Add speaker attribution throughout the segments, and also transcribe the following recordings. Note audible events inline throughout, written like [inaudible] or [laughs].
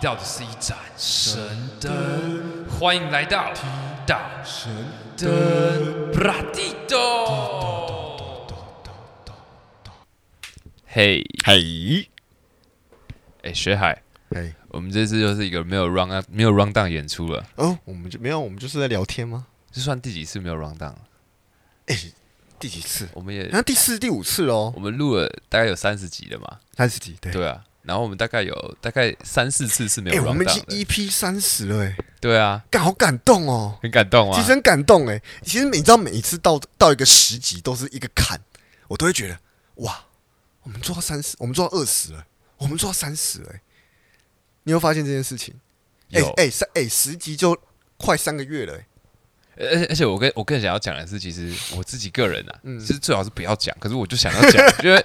Speaker 1: 到的是一盏神灯，欢迎来到提到神灯布拉蒂多。嘿，
Speaker 2: 嘿，
Speaker 1: 哎，学海，
Speaker 2: 嘿，
Speaker 1: 我们这次又是一个没有 round up- 没有 round down 演出了，
Speaker 2: 哦，我们就没有，我们就是在聊天吗？
Speaker 1: 这算第几次没有 round down？
Speaker 2: 哎、第几次？
Speaker 1: 我们也
Speaker 2: 那啊第四、第五次喽
Speaker 1: 我，们录了大概有三十集了嘛，
Speaker 2: 三十集，对。
Speaker 1: 对啊，然后我们大概有大概三四次是没
Speaker 2: 哎、
Speaker 1: 有
Speaker 2: 我
Speaker 1: round
Speaker 2: 们已经
Speaker 1: down 的，
Speaker 2: EP 三十了、哎，
Speaker 1: 对啊，
Speaker 2: 干好感动哦，
Speaker 1: 很感动啊
Speaker 2: 其，实很感动哎、其实你知道，每一次到到一个十集都是一个坎，我都会觉得哇，我们做到三十，我们做到二十了，我们做到三十了、哎你有发现这件事情？哎
Speaker 1: 有
Speaker 2: 哎三哎十集就快三个月了、哎
Speaker 1: 而而且而且我跟我更想要讲的是，其实我自己个人啊，
Speaker 2: 嗯
Speaker 1: 其实最好是不要讲，可是我就想要讲，因为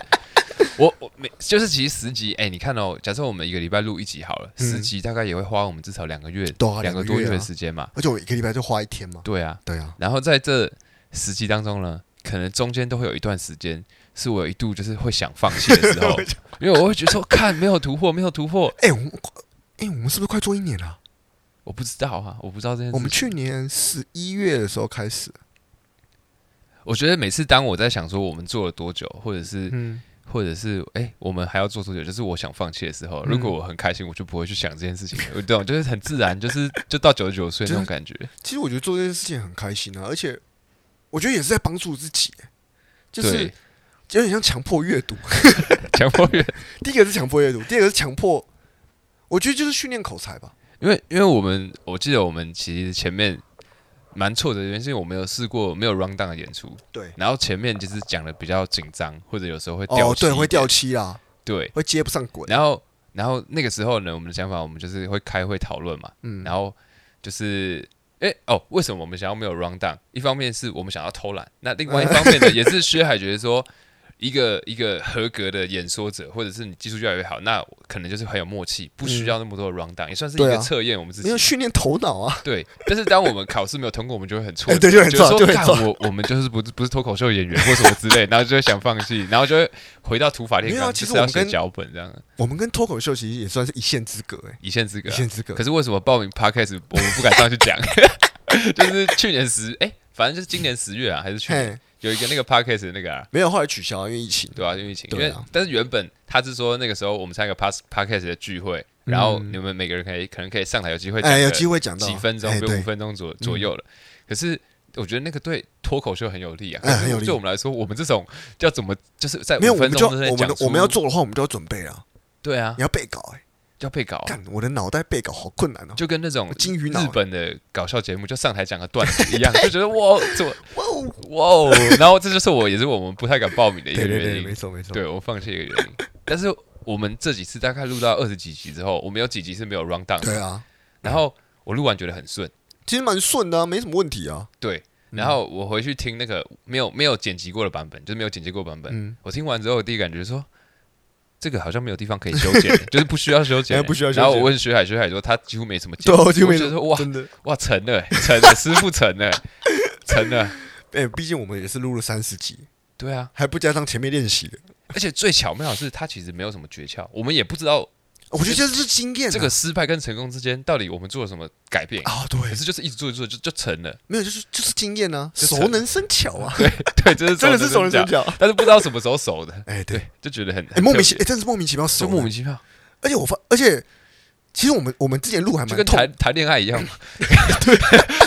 Speaker 1: 我我每就是其实十集，哎、你看哦，假设我们一个礼拜录一集好了，
Speaker 2: 嗯
Speaker 1: 十集大概也会花我们至少两个月，
Speaker 2: 对啊
Speaker 1: 两个
Speaker 2: 两个
Speaker 1: 多
Speaker 2: 月
Speaker 1: 月
Speaker 2: 啊
Speaker 1: 的时间嘛，
Speaker 2: 而且我一个礼拜就花一天嘛。
Speaker 1: 对啊，
Speaker 2: 对啊，
Speaker 1: 然后在这十集当中呢，可能中间都会有一段时间是我有一度就是会想放弃的时
Speaker 2: [laughs]
Speaker 1: 候，因为我会觉得说，看没有突破，没有突破，
Speaker 2: 哎、我们哎、我们是不是快做一年了啊、
Speaker 1: 我不知道啊，我不知道这件事情。
Speaker 2: 我们去年十一月的时候开始，
Speaker 1: 我觉得每次当我在想说我们做了多久，或者是
Speaker 2: 嗯，
Speaker 1: 或者是哎、诶我们还要做多久？就是我想放弃的时候，
Speaker 2: 嗯
Speaker 1: 如果我很开心，我就不会去想这件事情。我懂，就是很自然，就是就到九十九岁那种感觉。
Speaker 2: 其实我觉得做这件事情很开心啊，而且我觉得也是在帮助自己，欸就是
Speaker 1: 对，
Speaker 2: 有点像强迫阅读。 [laughs]
Speaker 1: 强迫阅，
Speaker 2: 第一个是强迫阅读，第二个是强迫，我觉得就是训练口才吧。
Speaker 1: [laughs] 因为因为我们我记得我们其实前面蛮挫折的原因，是因为我没有试过没有 round down 的演出，
Speaker 2: 对，
Speaker 1: 然后前面就是讲的比较紧张，或者有时候会掉
Speaker 2: 哦，
Speaker 1: 漆一
Speaker 2: 对，
Speaker 1: 点
Speaker 2: 会掉漆啦，
Speaker 1: 对。
Speaker 2: 会接不上轨。
Speaker 1: 然后然后那个时候呢，我们的想法我们就是会开会讨论嘛，
Speaker 2: 嗯，
Speaker 1: 然后就是，哎、哦，为什么我们想要没有 round down？一方面是我们想要偷懒，那另外一方面
Speaker 2: [laughs]
Speaker 1: 呢，也是薛海觉得说，一个一个合格的演说者，或者是你技术越来越好，那可能就是很有默契，不需要那么多的 round down，、也算是一
Speaker 2: 对
Speaker 1: 个
Speaker 2: 啊
Speaker 1: 测验我们自己
Speaker 2: 没有。训练头脑啊，
Speaker 1: 对，但是当我们考试没有通过，我们就会很挫
Speaker 2: 哎
Speaker 1: 折，
Speaker 2: [laughs] 对就很
Speaker 1: 觉得
Speaker 2: 挫
Speaker 1: 说
Speaker 2: 就很
Speaker 1: 干
Speaker 2: 挫
Speaker 1: 我我们就是不是不是脱口秀演员或什么之类，然后就会想放弃，然后就会回到土法炼
Speaker 2: 没有啊
Speaker 1: 钢，
Speaker 2: 其
Speaker 1: 就
Speaker 2: 实
Speaker 1: 是要
Speaker 2: 我们
Speaker 1: 写
Speaker 2: 跟
Speaker 1: 脚本这样，
Speaker 2: 我们跟脱口秀其实也算是一线之隔、哎，
Speaker 1: 一线之隔
Speaker 2: 一
Speaker 1: 啊、
Speaker 2: 线之隔。
Speaker 1: 可是为什么报名 podcast 我们不敢上去讲？ [laughs] 就是去年十哎、反正就是今年十月啊，还是去年
Speaker 2: 嘿，
Speaker 1: 有一个那个 podcast 的那个啊，
Speaker 2: 没有，后来取消啊，因为疫情。
Speaker 1: 对啊，因为疫情，因
Speaker 2: 对啊
Speaker 1: 为但是原本他是说那个时候我们参加 pass podcast 的聚会，然后你们每个人可以可能可以上台有机会讲
Speaker 2: 嗯哎，有机
Speaker 1: 个
Speaker 2: 会讲到
Speaker 1: 几分钟，
Speaker 2: 哎
Speaker 1: 比如五
Speaker 2: 对，嗯
Speaker 1: 分钟左左右了，可是。我觉得那个对脱口秀很有利啊，
Speaker 2: 哎
Speaker 1: 可
Speaker 2: 很有
Speaker 1: 是
Speaker 2: 利
Speaker 1: 对我们来说，我们这种要怎么就是在
Speaker 2: 没有，
Speaker 1: 五
Speaker 2: 我们
Speaker 1: 分
Speaker 2: 就
Speaker 1: 钟之
Speaker 2: 我
Speaker 1: 内
Speaker 2: 们
Speaker 1: 讲
Speaker 2: 的
Speaker 1: 出
Speaker 2: 我们要做的话，我们就要准备啊，
Speaker 1: 对啊
Speaker 2: 你，要备稿哎、
Speaker 1: 要被搞啊，
Speaker 2: 干，我的脑袋背稿好困难哦。
Speaker 1: 就跟那种
Speaker 2: 金鱼脑
Speaker 1: 日本的搞笑节目就上台讲个段子一
Speaker 2: [laughs]
Speaker 1: 样，就觉得哇，怎么
Speaker 2: 哇哦！
Speaker 1: 哇哦，然后这就是我也是我们不太敢报名的一个
Speaker 2: 对对
Speaker 1: 原
Speaker 2: 对，
Speaker 1: 因，
Speaker 2: 没错没错。
Speaker 1: 对啊我放弃的一个原因。但是我们这几次大概录到二十几集之后，我们有几集是没有 round down，
Speaker 2: 对
Speaker 1: 的，
Speaker 2: 啊，
Speaker 1: 然后我录完觉得很顺，
Speaker 2: 其实蛮顺的、啊，没什么问题啊。
Speaker 1: 对，然后我回去听那个没有没有剪辑过的版本，就是没有剪辑过的版本，
Speaker 2: 嗯，
Speaker 1: 我听完之后，第一感觉是说，这个好像没有地方可以修剪，
Speaker 2: [laughs]
Speaker 1: 就是不需要修剪，
Speaker 2: 哎不需要修剪
Speaker 1: 然后我问徐海，徐海说他几乎没什么剪，
Speaker 2: 对，啊我就没
Speaker 1: 觉得说哇
Speaker 2: 真的，
Speaker 1: 哇成了成了，师傅成了成了，
Speaker 2: 哎、毕竟我们也是录了三十集，
Speaker 1: 对啊，
Speaker 2: 还不加上前面练习的，
Speaker 1: 而且最巧妙的是，他其实没有什么诀窍，我们也不知道
Speaker 2: 我觉得这是经验啊、
Speaker 1: 这个失败跟成功之间到底我们做了什么改变。
Speaker 2: 啊，
Speaker 1: 可
Speaker 2: 对，
Speaker 1: 是就是一直做一直做就就成了，
Speaker 2: 没有，就是就是经验啊，
Speaker 1: 就成
Speaker 2: 熟能生巧啊，
Speaker 1: 对对，真的
Speaker 2: 真的是熟能生
Speaker 1: 讲，
Speaker 2: 巧。
Speaker 1: 但是不知道什么时候熟的，
Speaker 2: 哎、对，
Speaker 1: 对，就觉得很
Speaker 2: 哎、莫名其
Speaker 1: 很特
Speaker 2: 哎、真的是莫名其妙
Speaker 1: 别
Speaker 2: 熟
Speaker 1: 就
Speaker 2: 呢，
Speaker 1: 莫名其妙，
Speaker 2: 而且我发，而且其实我们我们之前录还
Speaker 1: 就
Speaker 2: 蛮
Speaker 1: 跟
Speaker 2: 痛，
Speaker 1: 谈谈恋爱一
Speaker 2: [laughs]
Speaker 1: 样嘛，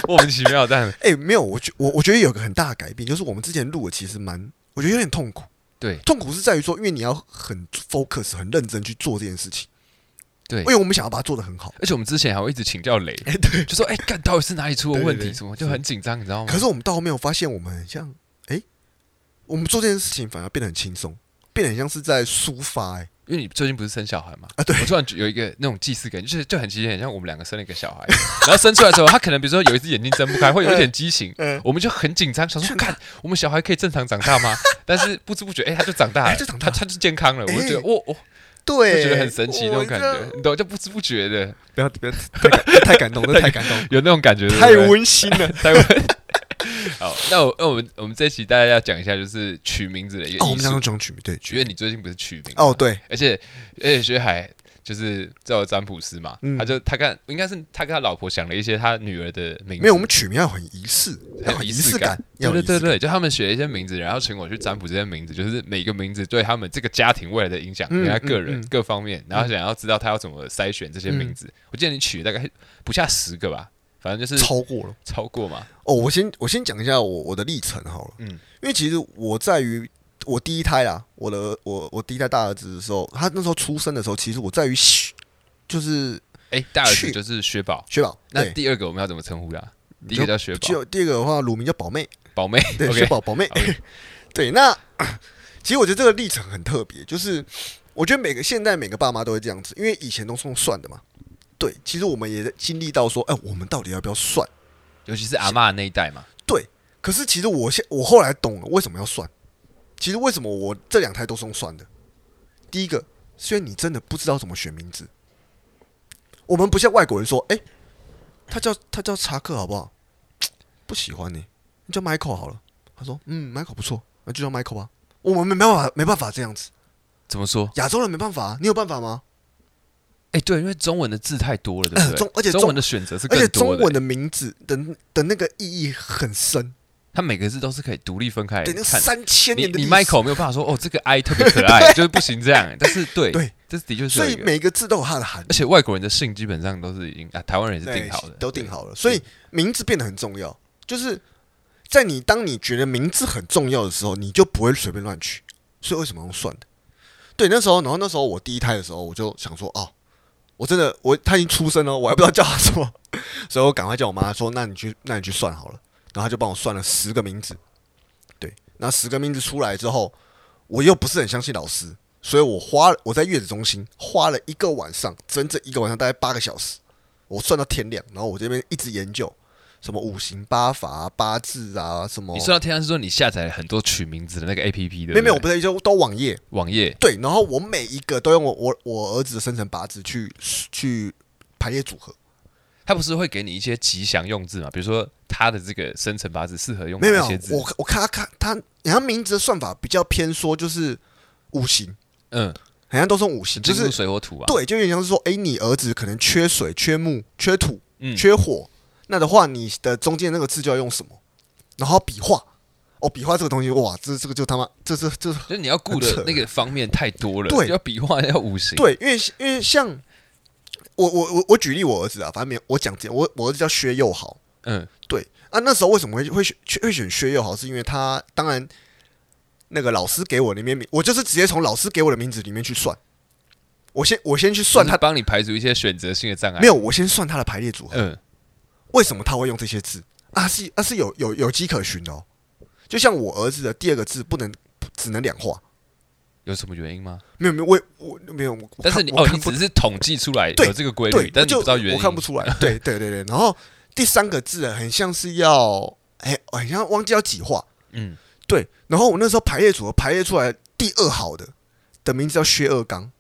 Speaker 1: 莫名其妙这样，
Speaker 2: 哎、没有，我觉我我觉得有个很大的改变，就是我们之前录的其实蛮，我觉得有点痛苦。
Speaker 1: 对
Speaker 2: 痛苦是在于说，因为你要很 focus、很认真去做这件事情。
Speaker 1: 对
Speaker 2: 因为我们想要把它做得很好，
Speaker 1: 而且我们之前还会一直请教雷，对，就说哎，干到底是哪里出了问
Speaker 2: 对对
Speaker 1: 题，
Speaker 2: 对
Speaker 1: 什么就很紧张，你知道吗
Speaker 2: 可？是我们到后面我发现我们很像，哎、我们做这件事情反而变得很轻松，变得很像是在抒发、诶
Speaker 1: 因为你最近不是生小孩嘛，
Speaker 2: 啊对
Speaker 1: 我突然有一个那种既视感，就是就很奇怪，很像我们两个生了一个小孩， [laughs] 然后生出来的时候，他可能比如说有一只眼睛睁不开，会有一点畸形，
Speaker 2: 嗯
Speaker 1: 我们就很紧张，想说看我们小孩可以正常长大吗？但是不知不觉，哎、他就长大了，
Speaker 2: 哎就长大了
Speaker 1: 他他就健康了，我
Speaker 2: 哎
Speaker 1: 就觉得我我、
Speaker 2: 对，
Speaker 1: 就觉得很神奇那种
Speaker 2: 我
Speaker 1: 感
Speaker 2: 这
Speaker 1: 觉，你懂？就不知不觉的
Speaker 2: 不要不要太感太感动，这太感
Speaker 1: [laughs]
Speaker 2: 动，
Speaker 1: 有那种感觉，
Speaker 2: 太
Speaker 1: 无
Speaker 2: 温馨
Speaker 1: [laughs]
Speaker 2: 了。
Speaker 1: 太温。好，那我那我们我们这一期大家要讲一下，就是取名字的一个
Speaker 2: 哦，
Speaker 1: 艺
Speaker 2: 我
Speaker 1: 术。
Speaker 2: 们哦刚刚讲曲名对
Speaker 1: 因为你最近不是取名
Speaker 2: 哦，对，
Speaker 1: 而且而且学海就是叫占卜师嘛，
Speaker 2: 嗯
Speaker 1: 他就他跟应该是他跟他老婆想了一些他女儿的名字，
Speaker 2: 没有，我们取名要很仪式，要
Speaker 1: 很
Speaker 2: 很
Speaker 1: 仪
Speaker 2: 仪
Speaker 1: 式
Speaker 2: 式
Speaker 1: 感
Speaker 2: 感，
Speaker 1: 对
Speaker 2: 要有
Speaker 1: 对
Speaker 2: 仪式
Speaker 1: 对
Speaker 2: 感。
Speaker 1: 对，就他们选一些名字，然后请我去占卜这些名字，就是每个名字对他们这个家庭未来的影响，
Speaker 2: 嗯
Speaker 1: 跟他个人、
Speaker 2: 嗯嗯嗯
Speaker 1: 各方面，然后想要知道他要怎么筛选这些名字。我记得你取了大概不下十个吧，反正就是
Speaker 2: 超过了
Speaker 1: 超过嘛，
Speaker 2: 哦！我先我先讲一下我我的历程好了，
Speaker 1: 嗯
Speaker 2: 因为其实我在于我第一胎啦，我的我我第一胎大儿子的时候，他那时候出生的时候，其实我在于学就是
Speaker 1: 哎，大儿子
Speaker 2: 去
Speaker 1: 就是薛宝，
Speaker 2: 雪宝，
Speaker 1: 那
Speaker 2: 对，
Speaker 1: 第二个我们要怎么称呼他？第一
Speaker 2: 就
Speaker 1: 个叫薛宝，
Speaker 2: 就第二个的话，乳名叫宝妹，
Speaker 1: 宝妹。
Speaker 2: 对，
Speaker 1: OK，
Speaker 2: 雪宝宝妹
Speaker 1: OK。
Speaker 2: [laughs] 对，那 [clears throat] 其实我觉得这个历程很特别，就是我觉得每个现在每个爸妈都会这样子，因为以前都是用算的嘛。对，其实我们也在经历到说，哎、我们到底要不要算？
Speaker 1: 尤其是阿嬷那一代嘛，
Speaker 2: 可是其实我现我后来懂了为什么要算。其实为什么我这两胎都是用算的？第一个，虽然你真的不知道怎么选名字，我们不像外国人说，哎、他叫他叫查克好不好？不喜欢你，你叫 Michael 好了。他说，嗯，Michael 不错，那就叫 Michael 吧。我们没办法，没办法这样子，
Speaker 1: 怎么说？
Speaker 2: 亚洲人没办法、啊你有办法吗？
Speaker 1: 哎，对，因为中文的字太多了，对不对？
Speaker 2: 呃中而且
Speaker 1: 中
Speaker 2: 中
Speaker 1: 文的选择是
Speaker 2: 而
Speaker 1: 更
Speaker 2: 且
Speaker 1: 多
Speaker 2: 中
Speaker 1: 的
Speaker 2: 文
Speaker 1: 欸，
Speaker 2: 的名字的的那个意义很深，
Speaker 1: 它每个字都是可以独立分开
Speaker 2: 对，那
Speaker 1: 哎看。
Speaker 2: 三千
Speaker 1: 你
Speaker 2: 年的
Speaker 1: 你
Speaker 2: 历史
Speaker 1: Michael 没有办法说哦，这个 I 特别
Speaker 2: [laughs]
Speaker 1: 可爱，就是不行这样。但是对
Speaker 2: 对，
Speaker 1: 这的确是
Speaker 2: 所
Speaker 1: 有
Speaker 2: 以
Speaker 1: 一个，
Speaker 2: 每个字都有它的含义
Speaker 1: 而。且外国人的姓基本上都是已经啊，台湾人也是
Speaker 2: 对，
Speaker 1: 定好的，
Speaker 2: 都定
Speaker 1: 对。
Speaker 2: 好了。所以名字变得很重要，就是在你当你觉得名字很重要的时候，你就不会随便乱取。所以为什么用算的？对，那时候，然后那时候我第一胎的时候，我就想说，哦，我真的我他已经出生了，我还不知道叫他什么，所以我赶快叫我妈说，那你去那你去算好了。然后他就帮我算了十个名字，对，那十个名字出来之后，我又不是很相信老师，所以我花我在月子中心花了一个晚上，整整一个晚上，大概八个小时，我算到天亮，然后我这边一直研究什么五行八法啊、八字啊，什么
Speaker 1: 你说到天上是说你下载了很多取名字的那个 A P P 的，
Speaker 2: 没有没有，
Speaker 1: 对
Speaker 2: 我
Speaker 1: 不对
Speaker 2: 不是就都网页
Speaker 1: 网页
Speaker 2: 对，然后我每一个都用我我我儿子的生辰八字去去排列组合，
Speaker 1: 它不是会给你一些吉祥用字嘛？比如说他的这个生辰八字适合用
Speaker 2: 没有
Speaker 1: 哪
Speaker 2: 没
Speaker 1: 些
Speaker 2: 有，
Speaker 1: 字？
Speaker 2: 我我看他看他他名字的算法比较偏说就是五行，
Speaker 1: 嗯，
Speaker 2: 好像都是用五行，就
Speaker 1: 金木
Speaker 2: 是
Speaker 1: 水火土啊。
Speaker 2: 对，就有点像是说，哎，你儿子可能缺水、缺木、缺土、
Speaker 1: 嗯
Speaker 2: 缺火，那的话，你的中间那个字就要用什么？然后笔画，哦，笔画这个东西，哇，这这个就他妈，这这这
Speaker 1: 就是你要顾
Speaker 2: 很扯
Speaker 1: 的那个方面太多了，
Speaker 2: 对
Speaker 1: 要笔画要五行，
Speaker 2: 对，因为因为像我我我我举例我儿子啊，反正没有我讲这，我我儿子叫薛佑豪，
Speaker 1: 嗯，
Speaker 2: 对啊，那时候为什么会会选会选薛佑豪，是因为他当然那个老师给我那边名，我就是直接从老师给我的名字里面去算，我先我先去算
Speaker 1: 就是
Speaker 2: 他
Speaker 1: 帮你排除一些选择性的障碍。
Speaker 2: 没，有，我先算他的排列组合，
Speaker 1: 嗯，
Speaker 2: 为什么他会用这些字啊？是啊是有有有迹可循的哦，就像我儿子的第二个字不能只能两画，
Speaker 1: 有什么原因吗？
Speaker 2: 没有没有我我没有，我
Speaker 1: 但是
Speaker 2: 看
Speaker 1: 你
Speaker 2: 我
Speaker 1: 哦，
Speaker 2: 看
Speaker 1: 你
Speaker 2: 不
Speaker 1: 只是统计出来
Speaker 2: 对
Speaker 1: 有这个规律
Speaker 2: 对，，
Speaker 1: 但你
Speaker 2: 就
Speaker 1: 不知道原因。
Speaker 2: 我看不出来。对对对对，然后第三个字很像是要，哎、很像忘记要几画。
Speaker 1: 嗯，
Speaker 2: 对，然后我那时候排列组合排列出来第二好的的名字叫薛二刚，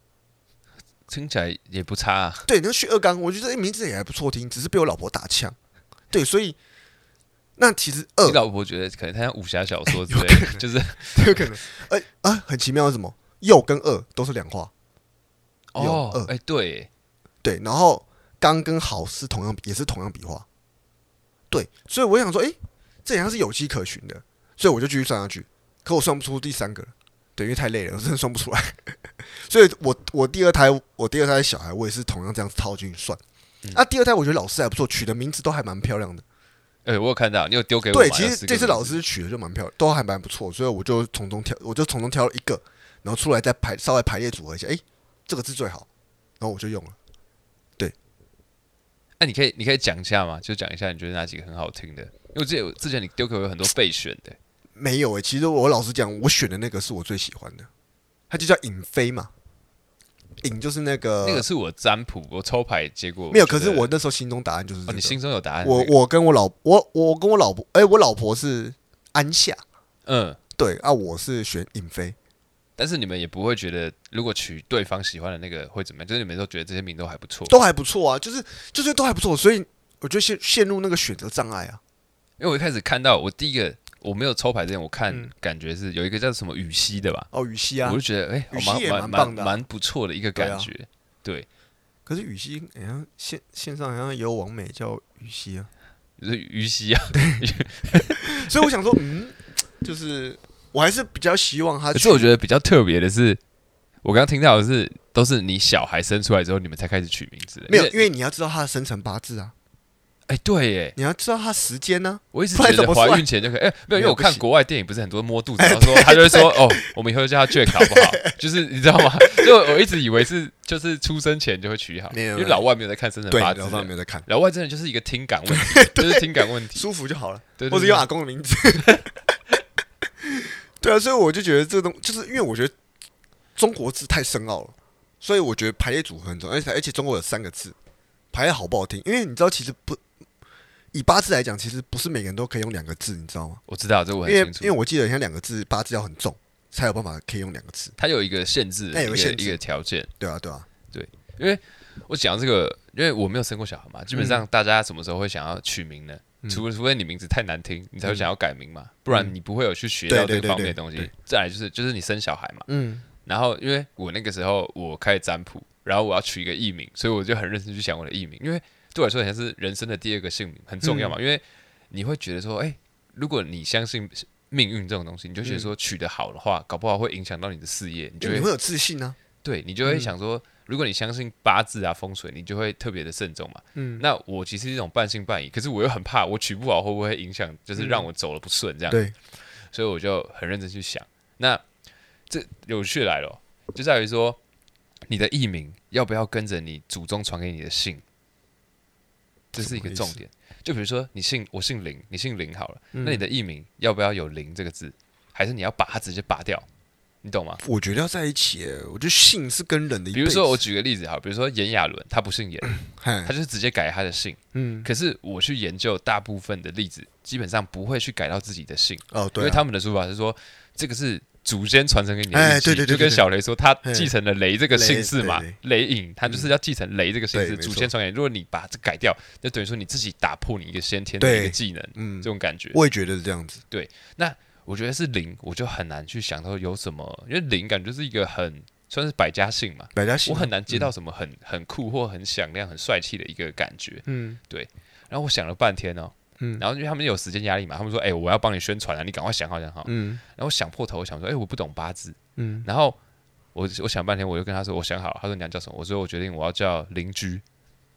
Speaker 1: 听起来也不差、啊。
Speaker 2: 对，那个薛二刚，我觉得、哎名字也还不错听，只是被我老婆打枪。对，所以那其实二
Speaker 1: 你老婆觉得可能她像武侠小说之类的，就是
Speaker 2: 呃哎有可能， [laughs] 哎、啊，很奇妙的是什么？右跟二都是两画，有
Speaker 1: 哦
Speaker 2: 呃，
Speaker 1: 哎、对，
Speaker 2: 对，然后刚跟好是同样，也是同样笔画，对，所以我想说，诶，这好像是有迹可循的，所以我就继续算下去，可我算不出第三个了，对，因为太累了，我真的算不出来， [laughs] 所以我我第二胎我第二胎小孩我也是同样这样子套进去算，
Speaker 1: 嗯
Speaker 2: 那、第二胎我觉得老师还不错，取的名字都还蛮漂亮的，
Speaker 1: 哎、我有看到，你有丢给我嘛。
Speaker 2: 对，其
Speaker 1: 有
Speaker 2: 实
Speaker 1: 四个
Speaker 2: 这次
Speaker 1: 名
Speaker 2: 老
Speaker 1: 字
Speaker 2: 师取的就蛮漂亮，都还蛮不错，所以我就从中挑，我就从中挑了一个，然后出来再排稍微排列组合一下，诶，这个字最好，然后我就用了。
Speaker 1: 那、你可以你可以讲一下吗？就讲一下你觉得哪几个很好听的？因为我记得我之前你丢给我有很多备选的，
Speaker 2: 没有诶、欸其实我老实讲，我选的那个是我最喜欢的，它就叫尹飞嘛。尹就是那个
Speaker 1: 那个是我占卜我抽牌结果
Speaker 2: 呃没有，
Speaker 1: 觉
Speaker 2: 可
Speaker 1: 得
Speaker 2: 是我那时候心中答案就是、这
Speaker 1: 哦，
Speaker 2: 个
Speaker 1: 你心中有答案、
Speaker 2: 我
Speaker 1: 那个
Speaker 2: 我跟我老我我跟我老婆，哎、我老婆是安夏，
Speaker 1: 嗯，
Speaker 2: 对啊，我是选尹飞，
Speaker 1: 但是你们也不会觉得如果取对方喜欢的那个会怎么样？就是你们都觉得这些名都还不错，
Speaker 2: 都还不错啊，就是就是都还不错，所以我就陷陷入那个选择障碍啊。
Speaker 1: 因为我一开始看到我第一个我没有抽牌之前，我看、
Speaker 2: 嗯
Speaker 1: 感觉是有一个叫什么羽西的吧，
Speaker 2: 哦，雨西啊
Speaker 1: 我就，觉得哎，
Speaker 2: 羽
Speaker 1: 哦
Speaker 2: 西
Speaker 1: 蛮
Speaker 2: 也
Speaker 1: 蛮
Speaker 2: 蛮棒的啊啊
Speaker 1: 蛮不错的一个感觉。对，
Speaker 2: 可是羽西好像线线上好像也有网美叫羽西啊，
Speaker 1: 就是于西啊。
Speaker 2: 所以我想说，嗯，就是我还是比较希望他
Speaker 1: 可
Speaker 2: 去。
Speaker 1: 是我觉得比较特别的是，我刚刚听到的是都是你小孩生出来之后，你们才开始取名字的。
Speaker 2: 没有，
Speaker 1: 因
Speaker 2: 因
Speaker 1: 为
Speaker 2: 为你要知道他的生辰八字啊，
Speaker 1: 哎，对耶，
Speaker 2: 你要知道他时间呢、
Speaker 1: 我一直
Speaker 2: 不然
Speaker 1: 觉得
Speaker 2: 怎么
Speaker 1: 怀
Speaker 2: 算
Speaker 1: 孕前就可以。哎，没有，因为
Speaker 2: 没有
Speaker 1: 我看
Speaker 2: 不行哎
Speaker 1: 国外电影不是很多摸肚子，然后说他就会说哦，我们以后就叫他 Jack 好不好？ [laughs] 就是你知道吗？ [laughs] 就我一直以为是就是出生前就会取好，
Speaker 2: 没
Speaker 1: 因
Speaker 2: 有
Speaker 1: 为老外没有在看生辰
Speaker 2: 对，
Speaker 1: 八
Speaker 2: 然
Speaker 1: 字
Speaker 2: 后
Speaker 1: 的。
Speaker 2: 他没有在看，
Speaker 1: 老外真的就是一个听感问
Speaker 2: [laughs]
Speaker 1: 题，就是听感问题。
Speaker 2: 舒服就好了，
Speaker 1: 对，对
Speaker 2: 或者
Speaker 1: 对
Speaker 2: 用阿公的
Speaker 1: [laughs]
Speaker 2: 名字。对啊，所以我就觉得这个东，就是因为我觉得中国字太深奥了，所以我觉得排列组合很重要，而且而且中国有三个字，排列好不好听？因为你知道，其实不以八字来讲，其实不是每个人都可以用两个字，你知道吗？
Speaker 1: 我知道这我
Speaker 2: 因
Speaker 1: 很
Speaker 2: 为
Speaker 1: 清楚，
Speaker 2: 因为我记得好像两个字八字要很重，才有办法可以用两个字。
Speaker 1: 它有一个限制，
Speaker 2: 它有
Speaker 1: 一
Speaker 2: 个
Speaker 1: 个
Speaker 2: 限制
Speaker 1: 一个条件。
Speaker 2: 对啊，对啊，
Speaker 1: 我讲这个，因为我没有生过小孩嘛，基本上
Speaker 2: 嗯
Speaker 1: 大家什么时候会想要取名呢？除除非你名字太难听，你才会想要改名嘛，不然你不会有去学到
Speaker 2: 嗯对
Speaker 1: 这
Speaker 2: 对对
Speaker 1: 方面的东
Speaker 2: 对
Speaker 1: 西
Speaker 2: 对。
Speaker 1: 再来就是就是你生小孩嘛，
Speaker 2: 嗯，
Speaker 1: 然后因为我那个时候我开始占卜，然后我要取一个艺名，所以我就很认真去想我的艺名，因为对我来说好像是人生的第二个姓名，很重
Speaker 2: 嗯
Speaker 1: 要嘛。因为你会觉得说，哎、如果你相信命运这种东西，你就觉得说取得好的话，搞不好会影响到你的事业，你就
Speaker 2: 就
Speaker 1: 会
Speaker 2: 你会有自信啊。
Speaker 1: 对你就会想说，如果你相信八字啊风水，你就会特别的慎重嘛。
Speaker 2: 嗯，
Speaker 1: 那我其实是一种半信半疑，可是我又很怕我取不好会不会影响，就是让我走了不顺这样。
Speaker 2: 嗯对，
Speaker 1: 所以我就很认真去想。那这有趣来了哦，就在于说你的艺名要不要跟着你祖宗传给你的姓，这是一个
Speaker 2: 什么意思
Speaker 1: 重点。就比如说你姓我姓林，你姓林好了，
Speaker 2: 嗯
Speaker 1: 那你的艺名要不要有林这个字，还是你要把它直接拔掉？你懂吗？
Speaker 2: 我觉得要在一起耶，我觉得性是跟人的一
Speaker 1: 比
Speaker 2: 辈子。
Speaker 1: 如说，我举个例子哈，比如说炎亚纶，他不姓
Speaker 2: [clears throat]
Speaker 1: 炎，
Speaker 2: 嗨，
Speaker 1: 他就是直接改他的姓。
Speaker 2: 嗯，
Speaker 1: 可是我去研究大部分的例子，基本上不会去改到自己的姓。
Speaker 2: 哦，
Speaker 1: 因
Speaker 2: 对
Speaker 1: 为
Speaker 2: 啊，
Speaker 1: 他们的说法是说，这个是祖先传承给你的
Speaker 2: 哎
Speaker 1: 运气
Speaker 2: 对对对
Speaker 1: 就跟
Speaker 2: 对对
Speaker 1: 小雷说，他
Speaker 2: 哎
Speaker 1: 继承了雷这个姓氏嘛
Speaker 2: 雷，
Speaker 1: 雷影，他就是要继承雷这个姓氏，
Speaker 2: 对没
Speaker 1: 祖
Speaker 2: 错
Speaker 1: 先传给你。如果你把这改掉，就等于说你自己打破你一个先天的
Speaker 2: 对
Speaker 1: 一个技能，
Speaker 2: 嗯
Speaker 1: 这，种感觉。
Speaker 2: 我也觉得是这样子。
Speaker 1: 我觉得是零，我就很难去想到有什么，因为零感觉是一个很算是百家姓嘛，
Speaker 2: 百家姓
Speaker 1: 我
Speaker 2: 啊，
Speaker 1: 很难接到什么很很酷或很响亮、很帅气的一个感觉。
Speaker 2: 嗯
Speaker 1: 然后我想了半天哦，
Speaker 2: 嗯
Speaker 1: 然后因为他们有时间压力嘛，他们说，哎，我要帮你宣传啊，你赶快想好想好。
Speaker 2: 嗯
Speaker 1: 然后我想破头，我想说，哎，我不懂八字。
Speaker 2: 嗯，
Speaker 1: 然后我我想半天，我就跟他说，我想好了。他说你要叫什么？我说我决定我要叫邻居，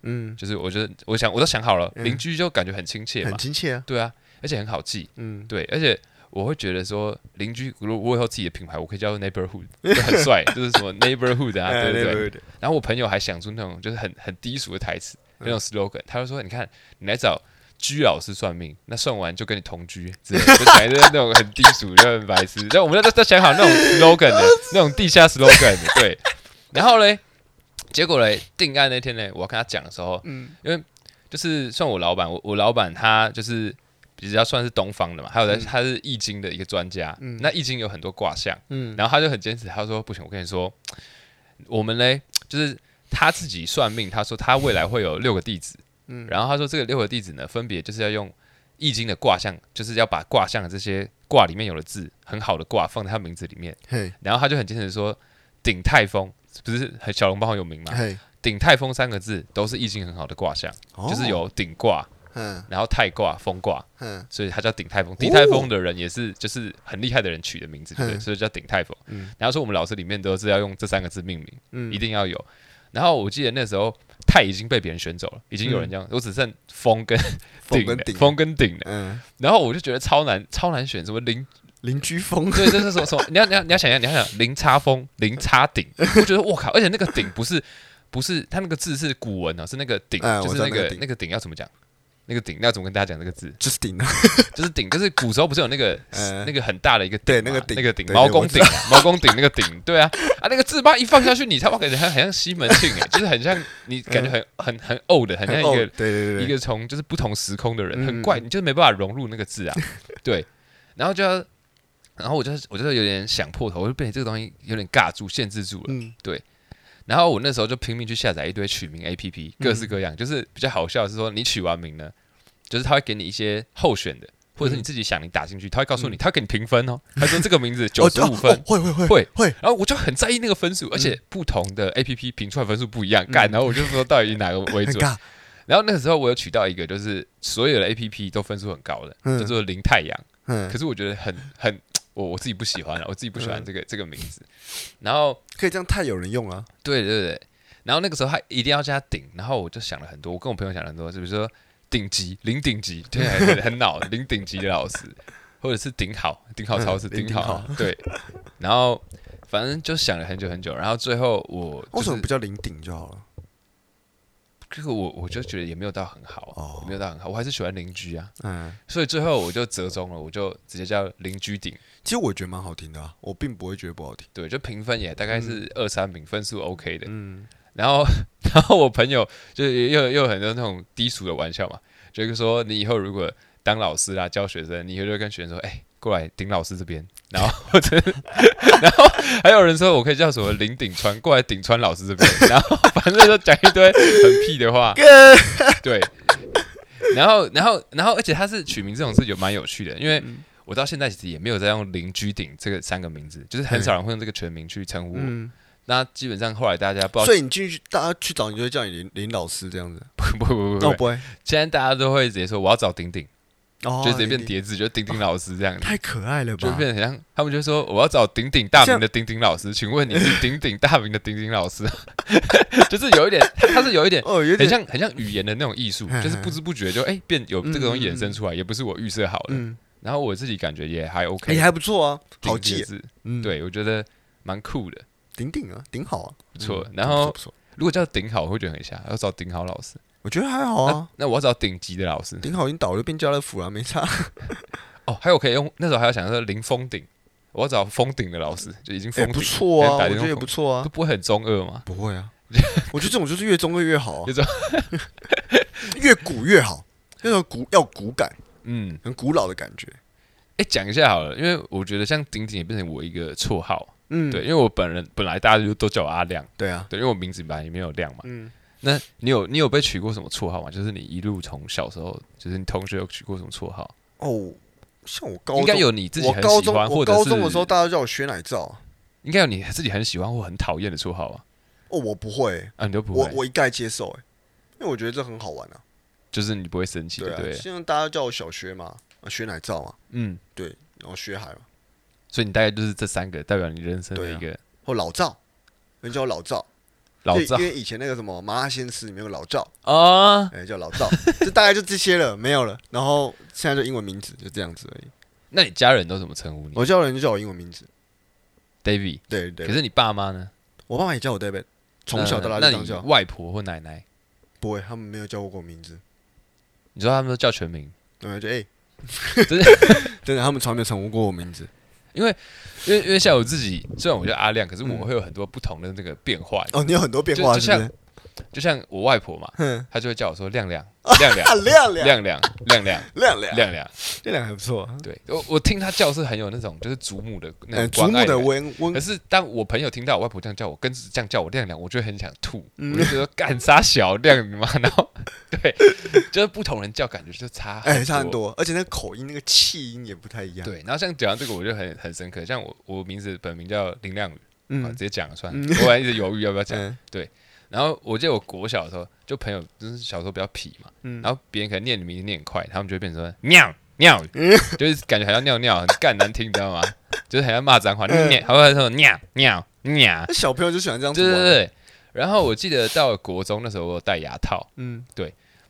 Speaker 2: 嗯，
Speaker 1: 就是我觉得我想我都想好了，
Speaker 2: 嗯
Speaker 1: 邻居就感觉很亲切嘛
Speaker 2: 很，亲切啊，
Speaker 1: 对啊，而且很好记，
Speaker 2: 嗯，
Speaker 1: 对，而且我会觉得说邻居，如果我以后自己的品牌，我可以叫 neighborhood，就很
Speaker 2: [laughs]
Speaker 1: 帅，就是什么 neighborhood 啊，对不对？
Speaker 2: 哎对？
Speaker 1: 然后我朋友还想出那种就是很很低俗的台词，那种
Speaker 2: 嗯
Speaker 1: slogan，他就说你看你来找。居老师算命，那算完就跟你同居，之类的，就讲一些那种很低俗，就很白痴。但我们都都想好那
Speaker 2: [laughs]
Speaker 1: 种 slogan 的，那种地下 slogan 的，对。然后嘞，结果嘞，定案那天呢，我跟他讲的时候，
Speaker 2: 嗯
Speaker 1: 因为就是算我老板，我我老板他就是比较算是东方的嘛，还有在、他是易经的一个专家，
Speaker 2: 嗯
Speaker 1: 那易经有很多卦象，
Speaker 2: 嗯
Speaker 1: 然后他就很坚持，他说不行，我跟你说，我们嘞就是他自己算命，他说他未来会有六个弟子，
Speaker 2: 嗯
Speaker 1: 然后他说这个六个弟子呢，分别就是要用易经的卦象，就是要把卦象的这些卦里面有的字很好的卦放在他名字里面，
Speaker 2: 嘿
Speaker 1: 然后他就很坚持说鼎泰丰不是很小笼包很有名嘛，
Speaker 2: 嘿，
Speaker 1: 鼎泰丰三个字都是易经很好的卦象。哦
Speaker 2: 哦
Speaker 1: 就是有鼎卦，
Speaker 2: 嗯
Speaker 1: 然后泰卦、风卦，
Speaker 2: 嗯
Speaker 1: 所以它叫鼎泰丰。鼎泰丰的人也是就是很厉害的人取的名字，对不对，
Speaker 2: 嗯
Speaker 1: 所以叫鼎泰丰
Speaker 2: 嗯。
Speaker 1: 然后说我们老师里面都是要用这三个字命名，
Speaker 2: 嗯
Speaker 1: 一定要有。然后我记得那时候泰已经被别人选走了，已经有人这样，我只剩风
Speaker 2: [laughs]
Speaker 1: 跟
Speaker 2: 风
Speaker 1: 鼎
Speaker 2: 嗯跟
Speaker 1: 了
Speaker 2: 顶，
Speaker 1: 风跟鼎了。
Speaker 2: 嗯
Speaker 1: 然后我就觉得超难，超难选，什么零，
Speaker 2: 邻居 [laughs]
Speaker 1: [laughs]
Speaker 2: 风，
Speaker 1: 对，这是什么什么？你要你要你要想一下，你要想零差风、零差鼎，我觉得我靠，而且那个鼎不是不是它那个字是古文哦，是那个鼎，
Speaker 2: 哎
Speaker 1: 就
Speaker 2: 我
Speaker 1: 是
Speaker 2: 知道
Speaker 1: 那
Speaker 2: 那个
Speaker 1: 个
Speaker 2: 鼎
Speaker 1: 那个鼎要怎么讲？那个鼎要怎么跟大家讲这个字？
Speaker 2: 就是顶
Speaker 1: 就是鼎，就是古时候不是有那个、
Speaker 2: 嗯
Speaker 1: 那个很大的一个鼎
Speaker 2: 对
Speaker 1: 嘛
Speaker 2: 那个鼎
Speaker 1: 那个鼎
Speaker 2: 对
Speaker 1: 毛
Speaker 2: 对我
Speaker 1: 公
Speaker 2: 知
Speaker 1: 鼎啊 [laughs] 毛公鼎那个鼎，对啊啊那个字吧一放下去，你他妈感觉很很像西门庆哎，就是很像你感觉很、很很 old，很像一个
Speaker 2: 哦对嗯对对，
Speaker 1: 一个从就是不同时空的人，
Speaker 2: 嗯
Speaker 1: 很怪，你就是没办法融入那个字啊。对，然后就要，然后我就我就有点想破头，我就被这个东西有点尬住、限制住了。
Speaker 2: 嗯
Speaker 1: 然后我那时候就拼命去下载一堆取名 A P
Speaker 2: 嗯
Speaker 1: P，各式各样，就是比较好笑的是说，你取完名呢，就是他会给你一些候选的，或者是你自己想，你打进去，他会告诉你，他会给你评分
Speaker 2: [laughs]
Speaker 1: 哦。他说这个名字
Speaker 2: 嗯哦
Speaker 1: 九十五分
Speaker 2: 哦，嗯会会会
Speaker 1: 会
Speaker 2: 会，
Speaker 1: 然后我就很在意那个分数，而且不同的 A P P 评出来分数不一样，干，
Speaker 2: 嗯
Speaker 1: 然后我就说到底以哪个为
Speaker 2: 很 [laughs]
Speaker 1: 准？
Speaker 2: 尬。
Speaker 1: 然后那个时候我有取到一个，就是所有的 A P P 都分数很高的，
Speaker 2: 嗯
Speaker 1: 叫做林太阳，
Speaker 2: 嗯嗯
Speaker 1: 可，是我觉得很很。我我自己不喜欢了，啊我自己不喜欢这个这个名字。然后
Speaker 2: 可以这样太有人用啊了。
Speaker 1: 对对对，然后那个时候他一定要加顶，然后我就想了很多，我跟我朋友想了很多，就比如说顶级、零顶级，听起来很很老，零顶级的老师，或者是顶好、顶好超市、
Speaker 2: 嗯零
Speaker 1: 顶
Speaker 2: 顶 [laughs]
Speaker 1: 好，对，然后反正就想了很久很久，然后最后我就
Speaker 2: 为什么
Speaker 1: 是
Speaker 2: 不叫零顶就好了？
Speaker 1: 这个我我就觉得也没有到很好，
Speaker 2: 哦
Speaker 1: 没有到很好，我还是喜欢邻居啊，
Speaker 2: 嗯，
Speaker 1: 所以最后我就折中了，我就直接叫邻居顶，
Speaker 2: 其实我觉得蛮好听的啊，我并不会觉得不好听。
Speaker 1: 对，就评分也大概是二三名，分数 OK 的，
Speaker 2: 嗯，
Speaker 1: 然后， [laughs] 然后我朋友就是又又有很多那种低俗的玩笑嘛，就是说你以后如果当老师啦，教学生，你以后就跟学生说，哎、过来顶老师这边，然后或者， [laughs] 然后还有人说我可以叫什么林顶川过来顶川老师这边，然后反正就讲一堆很屁的话，对，然后然后然后，而且他是取名这种事就蛮有趣的，因为。
Speaker 2: 嗯
Speaker 1: 我到现在其实也没有在用“邻居顶”这个三个名字，就是很少人会用这个全名去称呼我。
Speaker 2: 嗯，
Speaker 1: 那基本上后来大家不知道
Speaker 2: 所以你进去，大家去找你就会叫你林林老师这样子。
Speaker 1: [laughs] 不不不
Speaker 2: 那
Speaker 1: 不
Speaker 2: 我，哦不会，
Speaker 1: 现在大家都会直接说我要找顶顶，
Speaker 2: 哦啊
Speaker 1: 就直接变
Speaker 2: 林
Speaker 1: 叠字，就顶顶老师这样，
Speaker 2: 太可爱了吧？
Speaker 1: 就变得很像他们就说我要找顶顶大名的顶顶老师，请问你是顶顶大名的顶顶老师？ [laughs] 就是有一点，它它是有一点。
Speaker 2: 哦， [laughs] 有
Speaker 1: 很
Speaker 2: 点
Speaker 1: 像很像语言的那种艺术，
Speaker 2: 嗯
Speaker 1: 就是不知不觉就哎、变有这个东西衍生出来，也不是我预设好的。
Speaker 2: 嗯，
Speaker 1: 然后我自己感觉也还 OK，
Speaker 2: 也还不错啊，
Speaker 1: 呃顶
Speaker 2: 好
Speaker 1: 叠
Speaker 2: 记。
Speaker 1: 字，
Speaker 2: 嗯，，
Speaker 1: 对我觉得蛮酷的，
Speaker 2: 顶顶啊，顶好啊，
Speaker 1: 不错。
Speaker 2: 嗯
Speaker 1: 然后
Speaker 2: 不错，不错
Speaker 1: 如果叫顶好，我会觉得很像，要找顶好老师。
Speaker 2: 我觉得还好啊。
Speaker 1: 那我要找顶级的老师。
Speaker 2: 顶好已经倒了，变家乐福了，没差。
Speaker 1: 哦，还有可以用，那时候还有想说零封顶，我要找封顶的老师，就已经
Speaker 2: 也
Speaker 1: [laughs] 封
Speaker 2: 不
Speaker 1: 顶，
Speaker 2: 错啊，
Speaker 1: [laughs] 哎打
Speaker 2: 我
Speaker 1: 电
Speaker 2: 觉
Speaker 1: 话
Speaker 2: 得也不错
Speaker 1: 都
Speaker 2: 啊，
Speaker 1: 不会很中二嘛？
Speaker 2: 不会
Speaker 1: [laughs]
Speaker 2: 啊。我觉得这种就是越中二越好啊
Speaker 1: 越中，
Speaker 2: [laughs] 越古越好，那种古要古感，
Speaker 1: 嗯，
Speaker 2: 很古老的感觉。
Speaker 1: 哎，讲一下好了，因为我觉得像顶顶也变成我一个绰号，
Speaker 2: 嗯，
Speaker 1: 对，因为我本人本来大家就都叫我阿亮，
Speaker 2: 对啊，
Speaker 1: 对，因为我名字本来也没有亮嘛。
Speaker 2: 嗯，
Speaker 1: 那你有你有被取过什么绰号吗？就是你一路从小时候，就是你同学有取过什么绰号？
Speaker 2: 哦，像我高
Speaker 1: 应该
Speaker 2: 中，
Speaker 1: 有你自己
Speaker 2: 我
Speaker 1: 很
Speaker 2: 高
Speaker 1: 喜
Speaker 2: 中
Speaker 1: 欢，
Speaker 2: 我
Speaker 1: 或者
Speaker 2: 高
Speaker 1: 是
Speaker 2: 中的时候，大家叫我薛奶罩啊，
Speaker 1: 应该有你自己很喜欢或很讨厌的绰号啊？
Speaker 2: 哦，我不会欸，
Speaker 1: 啊，你都不
Speaker 2: 我
Speaker 1: 会，
Speaker 2: 我一概接受，哎，因为我觉得这很好玩啊。
Speaker 1: 就是你不会生气，
Speaker 2: 对
Speaker 1: 对
Speaker 2: 啊
Speaker 1: 不，对？
Speaker 2: 现在大家叫我小薛嘛，啊薛奶罩嘛，
Speaker 1: 嗯，
Speaker 2: 对，然后薛海嘛，
Speaker 1: 所以你大概就是这三个代表你人生的
Speaker 2: 对
Speaker 1: 一
Speaker 2: 啊
Speaker 1: 个
Speaker 2: 或老赵，人叫我老赵，
Speaker 1: 老
Speaker 2: 对
Speaker 1: 赵
Speaker 2: 因为以前那个什么《麻辣鲜师》里面有个老赵，
Speaker 1: 啊，
Speaker 2: 哎、叫老赵，就大概就这些了，没有了。然后现在就英文名字就这样子而已。
Speaker 1: 嗯那你家人都怎么称呼你
Speaker 2: 我叫人就叫我英文名字，
Speaker 1: ？David。
Speaker 2: 对对
Speaker 1: 可是你爸妈呢？
Speaker 2: 我爸妈也叫我 David，从小到大
Speaker 1: 那那
Speaker 2: 就这样
Speaker 1: 你
Speaker 2: 叫。
Speaker 1: 外婆或奶奶，
Speaker 2: 不会，他们没有叫过我名字。
Speaker 1: 你说他们都叫全名，
Speaker 2: 对，就哎，
Speaker 1: 真的，
Speaker 2: [laughs] 真的，他们从来没有称呼过我名字。
Speaker 1: 因为因为像我自己，虽然我叫
Speaker 2: 嗯
Speaker 1: 阿亮，可是我会有很多不同的那个变化。
Speaker 2: 哦，你有很多变化，
Speaker 1: 就是就
Speaker 2: 不
Speaker 1: 像
Speaker 2: 是？
Speaker 1: 就像我外婆嘛，
Speaker 2: 嗯哼，
Speaker 1: 她就会叫我说亮
Speaker 2: [laughs]
Speaker 1: 亮亮
Speaker 2: 啊，
Speaker 1: 亮
Speaker 2: 亮亮
Speaker 1: 亮亮亮
Speaker 2: [laughs]
Speaker 1: 亮
Speaker 2: 亮亮，
Speaker 1: 亮亮。
Speaker 2: 这两个还不错啊。
Speaker 1: 对我我听她叫是很有那种就是祖母的那
Speaker 2: 呃，
Speaker 1: 种
Speaker 2: 祖
Speaker 1: 关爱
Speaker 2: 母的
Speaker 1: 感
Speaker 2: 温温
Speaker 1: 可，是当我朋友听到我外婆这样叫我，跟这样叫我亮亮，我就会很想吐，
Speaker 2: 嗯
Speaker 1: 我就觉得干啥小亮你妈，然后 [laughs] 对，就是不同人叫感觉就差很
Speaker 2: 哎，差很。多，而且那个口音、那个气音也不太一样。
Speaker 1: 对，然后像讲到这个，我就很很深刻。像我我名字本名叫林亮宇，啊，直
Speaker 2: 嗯，
Speaker 1: 接讲了算了，
Speaker 2: 嗯
Speaker 1: 我还一直犹豫要不要讲。
Speaker 2: [laughs] 嗯
Speaker 1: 然后我记得我国小的时候，就朋友就是小时候比较痞嘛，
Speaker 2: 嗯，
Speaker 1: 然后别人可能念你名字念很快，他们就会变成说尿
Speaker 2: [laughs]
Speaker 1: 尿，
Speaker 2: 嗯
Speaker 1: 就是感觉好像尿尿，很干难听，你知道吗？就是很像骂脏话，就
Speaker 2: 嗯
Speaker 1: 念，还会说尿尿尿，
Speaker 2: 那小朋友就喜欢这样子
Speaker 1: 对对
Speaker 2: 玩。
Speaker 1: 对。然后我记得到了国中那时候，我有戴牙套，
Speaker 2: 嗯，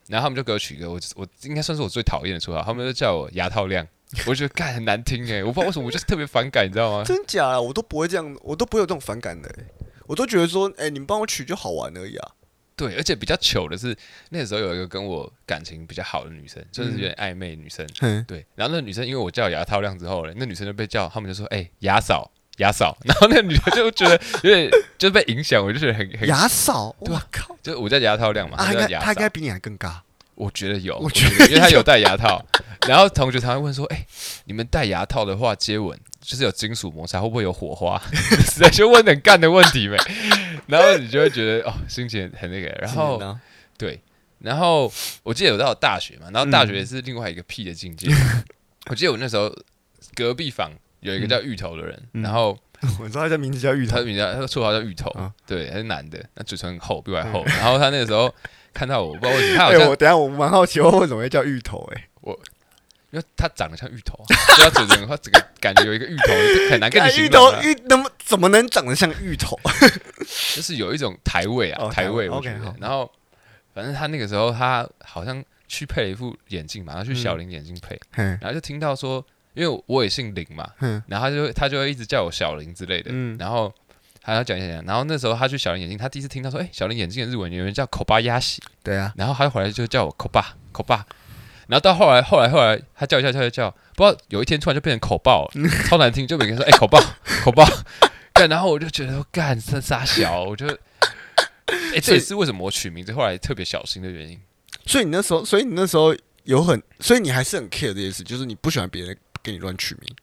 Speaker 1: 然后他们就给我取一个我我应该算是我最讨厌的绰号，他们就叫我牙套
Speaker 2: [laughs]
Speaker 1: 亮，我就觉得干很难听哎，我不知道为什么我就是特别反感，你知道
Speaker 2: [laughs]
Speaker 1: 吗？
Speaker 2: 真假啊，我都不会这样，我都不会有这种反感的、欸，我都觉得说，哎、你们帮我取就好玩而已啊。
Speaker 1: 对，而且比较糗的是，那个时候有一个跟我感情比较好的女生，甚至有点暧昧的女生，
Speaker 2: 嗯，
Speaker 1: 对，然后那女生因为我叫牙套亮之后呢，那女生就被叫，他们就说哎、牙嫂牙嫂， [laughs] 然后那女的就觉得有点就被影响，我就觉得很很，
Speaker 2: 牙嫂，
Speaker 1: 对啊
Speaker 2: 我靠，
Speaker 1: 就我叫牙套亮嘛，
Speaker 2: 啊，
Speaker 1: 她
Speaker 2: 他应
Speaker 1: 叫
Speaker 2: 该
Speaker 1: 牙
Speaker 2: 他
Speaker 1: 嫂
Speaker 2: 应。该比你还更尬。
Speaker 1: 我觉得有，
Speaker 2: 我
Speaker 1: 我
Speaker 2: 觉
Speaker 1: 觉
Speaker 2: 得
Speaker 1: 得因为他有戴牙套， [laughs] 然后同学常常问说：“哎、你们戴牙套的话，接吻就是有金属摩擦，会不会有火花？” [laughs] 实在就问很干的问题呗。 [laughs] 然后你就会觉得哦，心情很那个。然
Speaker 2: 今
Speaker 1: 后
Speaker 2: 年呢嗯
Speaker 1: 对，然后我记得有到大学嘛，然后大学也是另外一个屁的境界。 [laughs] 我记得我那时候隔壁房有一个叫芋头的人，然后
Speaker 2: 我知道他叫名字嗯叫芋
Speaker 1: 他
Speaker 2: 头
Speaker 1: 的，名字他的绰号叫芋头，
Speaker 2: 啊
Speaker 1: 对，他是男的，那嘴唇很厚，比我还厚。然后他那个时候看到我，不知道为什么，他好
Speaker 2: 哎、
Speaker 1: 像、
Speaker 2: 我等一下我蛮好奇，为什么会叫芋头、哎，
Speaker 1: 因为他长得像芋头啊， [laughs] 所以他嘴唇他整个感觉有一个芋头，就很难跟你
Speaker 2: 哎芋
Speaker 1: 形容
Speaker 2: [laughs] 头
Speaker 1: 啊、
Speaker 2: 芋能怎么能长得像芋头？
Speaker 1: 就是有一种台味啊，
Speaker 2: 哦
Speaker 1: 台味
Speaker 2: 台味
Speaker 1: 我觉
Speaker 2: OK，
Speaker 1: 得
Speaker 2: 好。
Speaker 1: 然后反正他那个时候他好像去配了一副眼镜嘛，他去小林眼镜配，
Speaker 2: 嗯
Speaker 1: 然后就听到说，因为我也姓林嘛，
Speaker 2: 嗯
Speaker 1: 然后他就他就会一直叫我小林之类的，
Speaker 2: 嗯
Speaker 1: 然后。他要讲一讲讲，然后那时候他去小林眼镜，他第一次听到说，哎、小林眼镜的日文原文叫口巴鸭喜，
Speaker 2: 对啊，
Speaker 1: 然后他回来就叫我口爸口爸，然后到后来后来后来他叫一叫叫一叫，不知道有一天突然就变成口爆了，超难听，就每个人说哎、口爆口爆，干，然后我就觉得说干这傻小，我就，哎、这也是为什么我取名字后来特别小心的原因。
Speaker 2: 所以你那时候，所以你那时候有很，所以你还是很 care 这件事，就是你不喜欢别人给你乱取名，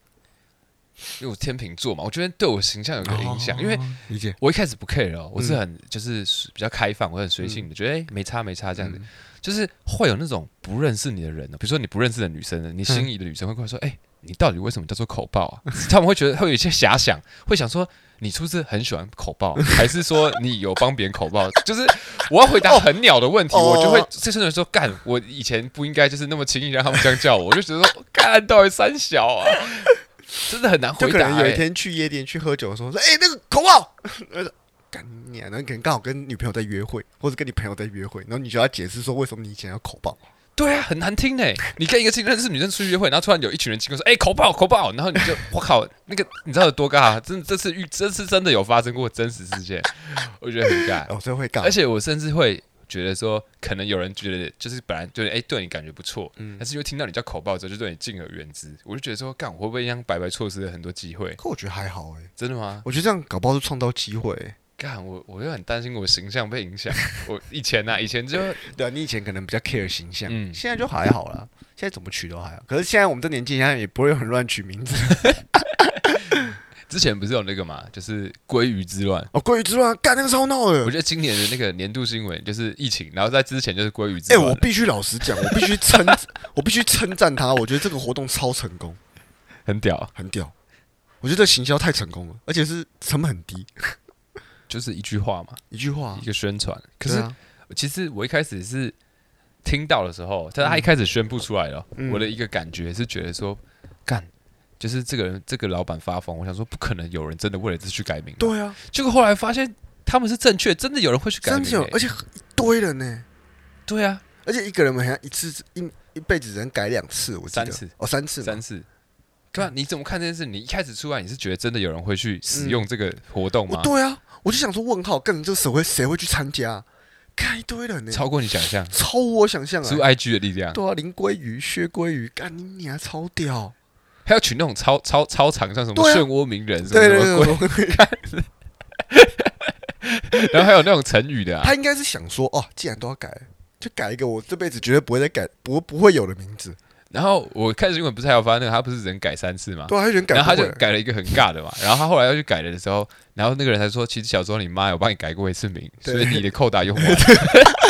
Speaker 1: 因为我天秤座嘛，我觉得对我形象有个影响，
Speaker 2: 哦
Speaker 1: 因为
Speaker 2: 理解
Speaker 1: 我一开始不 care 哦，我是很、就是比较开放，我很随性的，觉得哎、没差没差这
Speaker 2: 嗯
Speaker 1: 样子，就是会有那种不认识你的人呢，比如说你不认识的女生
Speaker 2: 嗯
Speaker 1: 呢，你心仪的女生会过来说，哎、你到底为什么叫做口爆啊？他们会觉得会有一些遐想，会想说你是不是很喜欢口爆，啊 [laughs] 还是说你有帮别人口爆？就是我要回答很鸟的问题，
Speaker 2: [laughs] 哦
Speaker 1: 我就会这些人说干，我以前不应该就是那么轻易让他们这样叫我，我就觉得说干到底三小啊，真的很难
Speaker 2: 就
Speaker 1: 回
Speaker 2: 可
Speaker 1: 答、
Speaker 2: 能有一
Speaker 1: 欸。
Speaker 2: 天去夜店去喝酒的时候说，哎、那个口号，我就干你、啊，然后可能刚好跟女朋友在约会，或者跟你朋友在约会，然后你就要解释说为什么你以前要口爆，
Speaker 1: 对啊，很难听呢。你跟一个新认识女生出去约会，然后突然有一群人经过说：“哎、口爆口爆！”然后你就我靠，那个你知道有多尬、啊？真这次遇这次真的有发生过真实事件，我觉得很尬。
Speaker 2: [laughs] 哦，所以会尬，
Speaker 1: 而且我甚至会觉得说，可能有人觉得就是本来就是哎、对你感觉不错，但是又听到你叫口爆之后就对你敬而远之，我就觉得说，干我会不会这样白白错失了很多机会？
Speaker 2: 可我觉得还好哎、
Speaker 1: 真的吗？
Speaker 2: 我觉得这样搞不好是创造机会、
Speaker 1: 干我我又很担心我形象被影响。我以前呐、啊，以前就
Speaker 2: 对啊，你以前可能比较 care 形象，
Speaker 1: 嗯
Speaker 2: 现在就还好啦。现在怎么取都还好，可是现在我们这年纪，现在也不会很乱取名字
Speaker 1: 之前不是有那个嘛，就是鲑鱼之乱。
Speaker 2: 哦。鲑鱼之乱，干那个超闹的
Speaker 1: 我。觉得今年的那个年度新闻就是疫情，然后在之前就是鲑鱼之
Speaker 2: 哎、
Speaker 1: 乱了。
Speaker 2: 我必须老实讲，我必须称， [laughs] 我必须称赞他。我觉得这个活动超成功，
Speaker 1: 很屌，
Speaker 2: 很屌。我觉得这行销太成功了，而且是成本很低，
Speaker 1: 就是一句话嘛，
Speaker 2: 一句话啊
Speaker 1: 一。个宣传。可
Speaker 2: 对
Speaker 1: 是
Speaker 2: 啊
Speaker 1: 其实我一开始是听到的时候，但是他一开始宣布出来了，
Speaker 2: 嗯
Speaker 1: 我的一个感觉是觉得说，干，就是这个人这个老板发疯，我想说不可能有人真的为了这去改名。，
Speaker 2: 对啊，
Speaker 1: 结果后来发现他们是正确，真的有人会去改
Speaker 2: 真
Speaker 1: 名、
Speaker 2: 的有，哎
Speaker 1: 欸
Speaker 2: 而且一堆人呢、
Speaker 1: 对啊，
Speaker 2: 而且一个人好像一次一一辈子只能改两次，我记得
Speaker 1: 三次
Speaker 2: 哦，三次嘛，
Speaker 1: 三次。对啊，你怎么看这件事？你一开始出来，你是觉得真的有人会去使用这个活动吗
Speaker 2: 嗯我？对啊，我就想说问号，干这个谁会谁会去参加、啊？干一堆人呢、
Speaker 1: 超过你想象，
Speaker 2: [laughs] 超乎我想象
Speaker 1: 是不是
Speaker 2: 啊！
Speaker 1: IG 的力量。
Speaker 2: 对啊，林鲑鱼、薛鲑鱼，干你娘超屌！
Speaker 1: 还要取那种超超超长，像什么
Speaker 2: 对啊
Speaker 1: 漩涡鸣人什么
Speaker 2: 对
Speaker 1: 什
Speaker 2: 对
Speaker 1: 么鬼， [laughs]
Speaker 2: 对对，对
Speaker 1: 然后还有那种成语的啊，
Speaker 2: 他应该是想说，哦，既然都要改，就改一个我这辈子绝对不会再改，不不会有的名字。
Speaker 1: 然后我看新闻不是还有发那个，他不是人改三次吗？
Speaker 2: 对啊，他选改
Speaker 1: 然
Speaker 2: 不
Speaker 1: 后他
Speaker 2: 会
Speaker 1: 就改了一个很尬的嘛，然后他后来要去改了的时候，然后那个人才说，其实小时候你妈有帮你改过一次名，
Speaker 2: 对
Speaker 1: 所以你的扣打用
Speaker 2: [laughs]
Speaker 1: 完了。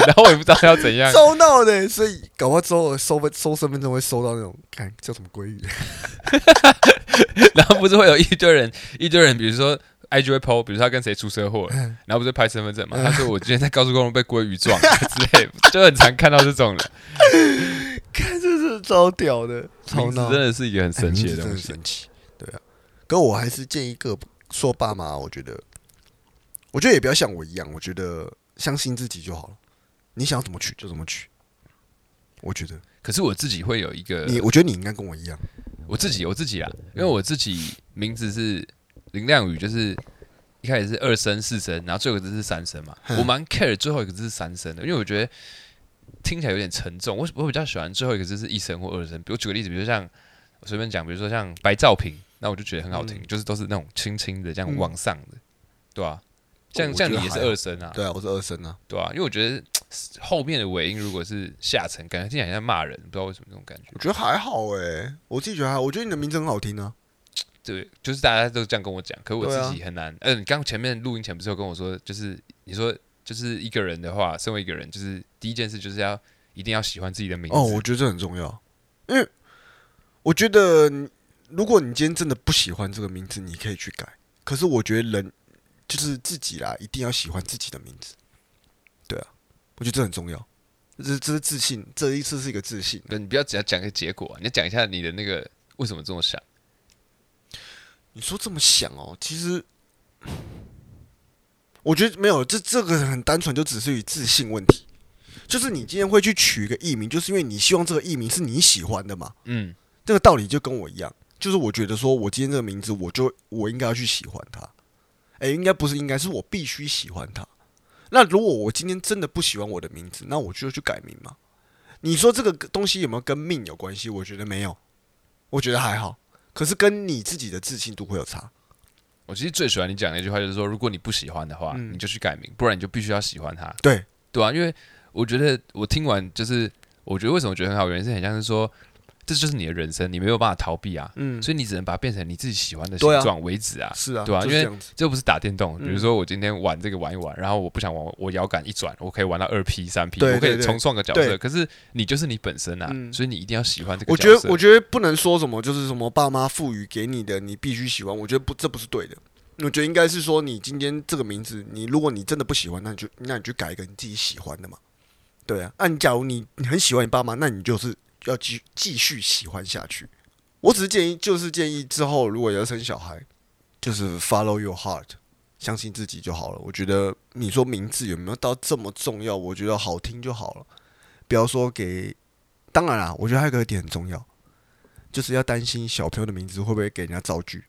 Speaker 1: 然后我也不知道要怎样，
Speaker 2: 收到的，所以搞不好之后收分收身份证会收到那种，看叫什么鲑 [laughs] 鱼，
Speaker 1: 然后不是会有一堆人，一堆人，比如说 IG 会 PO，比如说他跟谁出车祸了，
Speaker 2: 嗯
Speaker 1: 然后不是拍身份证嘛，他说我今天在高速公路被鲑鱼撞了 [laughs] 之类的，就很常看到这种人。
Speaker 2: 看这是超屌的，超
Speaker 1: 名字
Speaker 2: 闹
Speaker 1: 真的是一个很神奇
Speaker 2: 哎
Speaker 1: 的
Speaker 2: 名字真
Speaker 1: 东
Speaker 2: 的
Speaker 1: 西。
Speaker 2: 神奇。对啊，可我还是建议各说爸妈，我觉得，我觉得也不要像我一样，我觉得相信自己就好了。你想要怎么取就怎么取，我觉得
Speaker 1: 可是我自己会有一个
Speaker 2: 你，我觉得你应该跟我一样。
Speaker 1: 我自己我自己啦，因为我自己名字是林亮宇，就是一开始是二声四声，然后最后一个字是三声嘛。
Speaker 2: 嗯
Speaker 1: 我蛮 care 最后一个字是三声的，因为我觉得听起来有点沉重。我我比较喜欢最后一个字是一声或二声。比如举个例子，比如像我随便讲，比如说像白兆平，那我就觉得很好听，就是都是那种轻轻的这样
Speaker 2: 嗯哦
Speaker 1: 往上的，对啊。
Speaker 2: 我
Speaker 1: 像
Speaker 2: 觉
Speaker 1: 像
Speaker 2: 得
Speaker 1: 你也是
Speaker 2: 还好
Speaker 1: 二声啊，
Speaker 2: 对啊，我是二声啊，
Speaker 1: 对啊，因为我觉得后面的尾音如果是下沉，感觉听起来像骂人，不知道为什么这种感觉。
Speaker 2: 我觉得还好哎、我自己觉得还好，我觉得你的名字很好听啊。
Speaker 1: 对，就是大家都这样跟我讲，可我
Speaker 2: 对啊
Speaker 1: 自己很难。嗯、你刚前面录音前不是有跟我说，就是你说就是一个人的话，身为一个人，
Speaker 2: 哦
Speaker 1: 就是第一件事就是要一定要喜欢自己的名字。
Speaker 2: 哦，我觉得这很重要，因为我觉得你，如果你今天真的不喜欢这个名字，你可以去改。可是我觉得人就是自己啦，一定要喜欢自己的名字。对啊，我觉得这很重要。这这是自信，这一次是一个自信。
Speaker 1: 不是你不要只要讲一个结果、啊你要讲一下你的那个为什么这么想。
Speaker 2: 你说这么想哦，其实我觉得没有，这这个很单纯，就只是与自信问题。就是你今天会去取一个艺名，就是因为你希望这个艺名是你喜欢的嘛。
Speaker 1: 嗯，
Speaker 2: 这个道理就跟我一样，就是我觉得说我今天这个名字，我就我应该要去喜欢它。哎、应该不是应该，是我必须喜欢它。那如果我今天真的不喜欢我的名字，那我就去改名嘛。你说这个东西有没有跟命有关系？我觉得没有，我觉得还好。可是跟你自己的自信度会有差。
Speaker 1: 我其实最喜欢你讲的一句话，就是说，如果你不喜欢的话，
Speaker 2: 嗯
Speaker 1: 你就去改名，不然你就必须要喜欢它，
Speaker 2: 对，
Speaker 1: 对啊，因为我觉得我听完就是，我觉得为什么我觉得很好，原因是很像是说，这就是你的人生，你没有办法逃避啊，
Speaker 2: 嗯，
Speaker 1: 所以你只能把它变成你自己喜欢的
Speaker 2: 对啊
Speaker 1: 形状为止啊。
Speaker 2: 是啊，
Speaker 1: 对啊
Speaker 2: 就是
Speaker 1: 因为
Speaker 2: 这样子。
Speaker 1: 这不是打电动，比如
Speaker 2: 嗯
Speaker 1: 说我今天玩这个玩一玩，然后我不想玩，我我摇杆一转，我可以玩到二 P 三 P，
Speaker 2: 对
Speaker 1: 我可
Speaker 2: 对
Speaker 1: 以
Speaker 2: 对
Speaker 1: 重创个角色。可是你就是你本身啊，
Speaker 2: 嗯
Speaker 1: 所以你一定要喜欢这个
Speaker 2: 我
Speaker 1: 角
Speaker 2: 觉
Speaker 1: 色。
Speaker 2: 得，我觉得不能说什么，就是什么爸妈赋予给你的，你必须喜欢。我觉得不，这不是对的。我觉得应该是说，你今天这个名字，你如果你真的不喜欢，那你就那你就改一个你自己喜欢的嘛。对啊，那、你假如你你很喜欢你爸妈，那你就是要继继续喜欢下去。我只是建议，就是建议之后如果要生小孩，就是 follow your heart，相信自己就好了。我觉得你说名字有没有到这么重要？我觉得好听就好了，不要说给当然啦，我觉得还有一个点很重要，就是要担心小朋友的名字会不会给人家造句。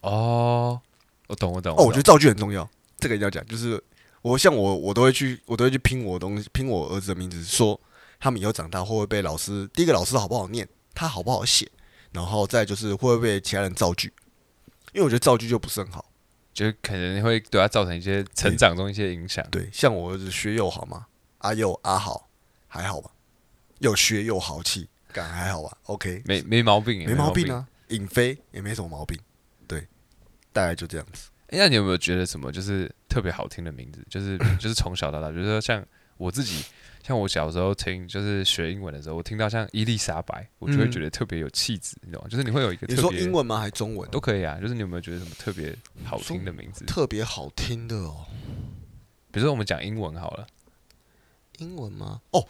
Speaker 1: 哦，我懂，我懂。
Speaker 2: 哦，我觉
Speaker 1: 得
Speaker 2: 得造句很重要，这个一定要讲。就是我像我，我都会去，我都会去拼我的东西，拼我儿子的名字，说他们以后长大会不会被老师，第一个老师好不好念，他好不好写，然后再就是会不会被其他人造句，因为我觉得造句就不是很好。
Speaker 1: 就是可能会对他造成一些成长中一些影响。
Speaker 2: 对，像我儿子学友好吗？阿佑、阿好还好吧，又学又豪气，感还好吧？OK，
Speaker 1: 没没毛病，
Speaker 2: 没毛病。啊，尹飞也没什么毛病，对，大概就这样子。
Speaker 1: 诶哎那你有没有觉得什么就是特别好听的名字？就是
Speaker 2: [laughs]
Speaker 1: 就是从小到大，比如说像我自己，像我小时候听就是学英文的时候，我听到像伊丽莎白，我就会
Speaker 2: 嗯
Speaker 1: 觉得特别有气质，你懂吗？就是你会有一个
Speaker 2: 你
Speaker 1: 特
Speaker 2: 说
Speaker 1: 别
Speaker 2: 英文吗？还中文？
Speaker 1: 都可以啊。就是你有没有觉得什么特别好听的名字？
Speaker 2: 特别好听的哦，
Speaker 1: 比如说我们讲英文好了，
Speaker 2: 英文吗？哦，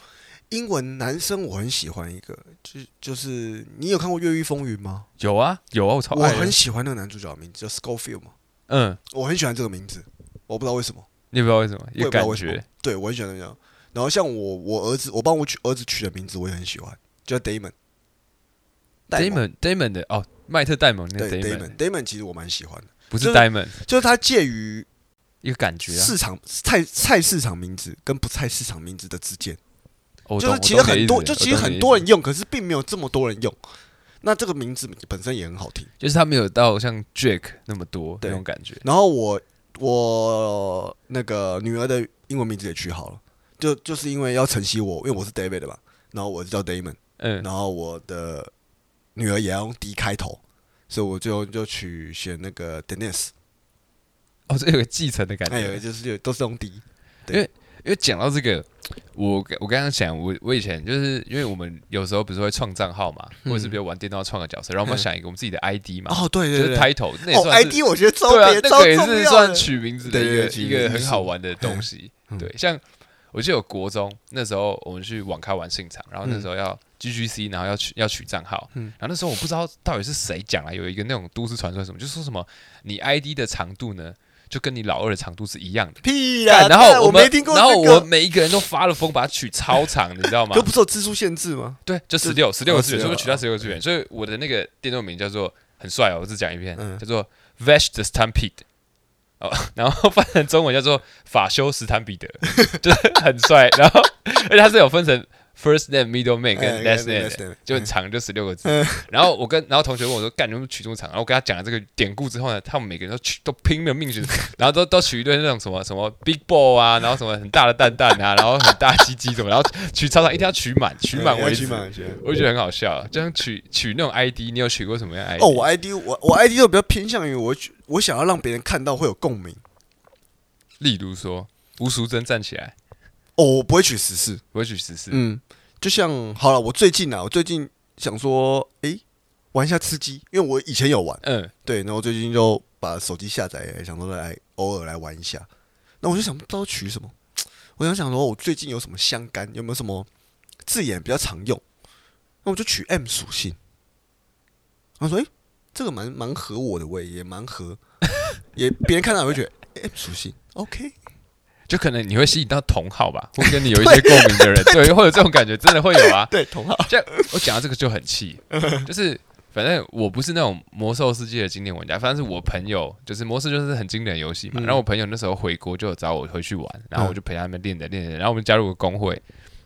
Speaker 2: 英文男生我很喜欢一个，就就是你有看过《越狱风云》吗？
Speaker 1: 有啊有啊，我超
Speaker 2: 我
Speaker 1: 爱的
Speaker 2: 很喜欢那个男主角的名字叫 Scofield 嘛，
Speaker 1: 嗯，
Speaker 2: 我很喜欢这个名字，我不知道为什么，
Speaker 1: 你也不知道为什么，
Speaker 2: 我也
Speaker 1: 有
Speaker 2: 不知道
Speaker 1: 感
Speaker 2: 为什么
Speaker 1: 觉，
Speaker 2: 对我很喜欢那个。然后像我我儿子，我帮我取儿子取的名字我也很喜欢，叫 Damon。戴蒙
Speaker 1: Damon Damon 的哦，麦特戴蒙那个
Speaker 2: 对
Speaker 1: Damon
Speaker 2: Damon Damon 其实我蛮喜欢的，
Speaker 1: 不是
Speaker 2: 就是
Speaker 1: Diamond，
Speaker 2: 就是他介于
Speaker 1: 一个感觉啊。
Speaker 2: 市场菜菜市场名字跟不菜市场名字的之间，
Speaker 1: 哦我
Speaker 2: 就
Speaker 1: 懂
Speaker 2: 是其
Speaker 1: 我懂
Speaker 2: 实
Speaker 1: 你的
Speaker 2: 很
Speaker 1: 意
Speaker 2: 多，
Speaker 1: 思
Speaker 2: 就
Speaker 1: 我懂
Speaker 2: 其实
Speaker 1: 你的
Speaker 2: 很
Speaker 1: 意
Speaker 2: 多
Speaker 1: 思
Speaker 2: 人用，可是并没有这么多人用。那这个名字本身也很好听。
Speaker 1: 就是他没有到像 Jack 那么多那
Speaker 2: 对
Speaker 1: 种感觉。
Speaker 2: 然后我我那个女儿的英文名字也取好了，就就是因为要承袭我，因为我是 David 的嘛，然后我就叫 Damon，
Speaker 1: 嗯，
Speaker 2: 然后我的女儿也要用 D 开头，所以我就就取选那个 Dennis，
Speaker 1: 哦，这有个继承的感
Speaker 2: 还哎有
Speaker 1: 觉。
Speaker 2: 就是有都是用 D，
Speaker 1: 因为讲到这个，我我刚刚想，我我以前就是因为我们有时候不是会创账号嘛，或者是比如玩电动要创个角色，然后我们
Speaker 2: 嗯
Speaker 1: 想一个我们自己的 ID 嘛，
Speaker 2: 哦，对
Speaker 1: 就
Speaker 2: 对
Speaker 1: 是
Speaker 2: 对，
Speaker 1: title，那也
Speaker 2: 哦
Speaker 1: 算是
Speaker 2: ID 我觉得超
Speaker 1: 对啊
Speaker 2: 别，
Speaker 1: 那
Speaker 2: 超
Speaker 1: 个也
Speaker 2: 重
Speaker 1: 是
Speaker 2: 要
Speaker 1: 算
Speaker 2: 的。
Speaker 1: 取名字的
Speaker 2: 对
Speaker 1: 一
Speaker 2: 对
Speaker 1: 个
Speaker 2: 取
Speaker 1: 一
Speaker 2: 名
Speaker 1: 个
Speaker 2: 字
Speaker 1: 很好玩的东西。
Speaker 2: [laughs] 嗯
Speaker 1: 对，像我记得有国中那时候，我们去网咖玩信场，然后那时候要 GGC，然后要取要取账号，
Speaker 2: 嗯
Speaker 1: 然后那时候我不知道到底是谁讲啊了有一个那种都市传说什么，就说什么你 ID 的长度呢，就跟你老二的长度是一样的。
Speaker 2: 屁
Speaker 1: 干
Speaker 2: 啦！
Speaker 1: 然
Speaker 2: 干
Speaker 1: 后
Speaker 2: 啊我
Speaker 1: 们，
Speaker 2: 没听过
Speaker 1: 然后
Speaker 2: 这
Speaker 1: 我
Speaker 2: 个，
Speaker 1: 每一个人都发了疯，把它取超长，你知道吗
Speaker 2: 就？不是有字数限
Speaker 1: [laughs]
Speaker 2: 制吗？
Speaker 1: 对，就十
Speaker 2: 就
Speaker 1: 六十六个啊嗯字元，
Speaker 2: 16
Speaker 1: 所以我取到十六个字元，所以我的那个电动名叫做很帅哦，我只讲一遍，
Speaker 2: 嗯
Speaker 1: 叫做 Vash the Stampede。哦， [laughs] 然后翻成中文叫做法修斯坦 [laughs] 彼得，就是很帅。然后，而且它是有分成 first name、middle name 跟 last name，的哎
Speaker 2: 嗯
Speaker 1: 就很长，就十六个字。 [laughs] 然后我跟然后同学问我说：“干，你们取这么长？”然后我跟他讲了这个典故之后呢，他们每个人都取都拼了命
Speaker 2: [laughs]
Speaker 1: 去，然后都都取一堆那种什么什么 big ball 啊，然后什么很大的蛋蛋啊，然后很大鸡鸡什么，然后取超长，一定要取满，取满为止
Speaker 2: 嗯取。满为止。
Speaker 1: 我就觉得很好笑，这样取取那种 ID，你有取过什么样的 ID？
Speaker 2: 哦，我 ID 我我 ID 就比较偏向于我我想要让别人看到会有共鸣。
Speaker 1: 例如说吴淑珍站起来，
Speaker 2: 哦，我不会取十四，
Speaker 1: 我会取十四、
Speaker 2: 嗯，就像好了，我最近啊，我最近想说，诶，玩一下吃鸡，因为我以前有玩，
Speaker 1: 嗯，
Speaker 2: 对，然后最近就把手机下载，想说来偶尔来玩一下。那我就想不知道取什么，我想想说，我最近有什么相干，有没有什么字眼比较常用？那我就取 M 属性。然后说，诶，这个蛮蛮合我的味，也蛮合，也别人看到也会觉得诶 M 属性 OK。
Speaker 1: 就可能你会吸引到同好吧，或跟你
Speaker 2: [laughs]
Speaker 1: 有一些共鸣的人，对，会有这种感觉，真的会有啊。
Speaker 2: 对，哎同号。
Speaker 1: 这样我讲到这个就很气，就是反正我不是那种魔兽世界的经典玩家，反正是我朋友，就是魔兽就是很经典的游戏嘛。
Speaker 2: 嗯
Speaker 1: 然后我朋友那时候回国就有找我回去玩，然后
Speaker 2: 嗯
Speaker 1: 我就陪他们练着练着，然后我们加入个工会，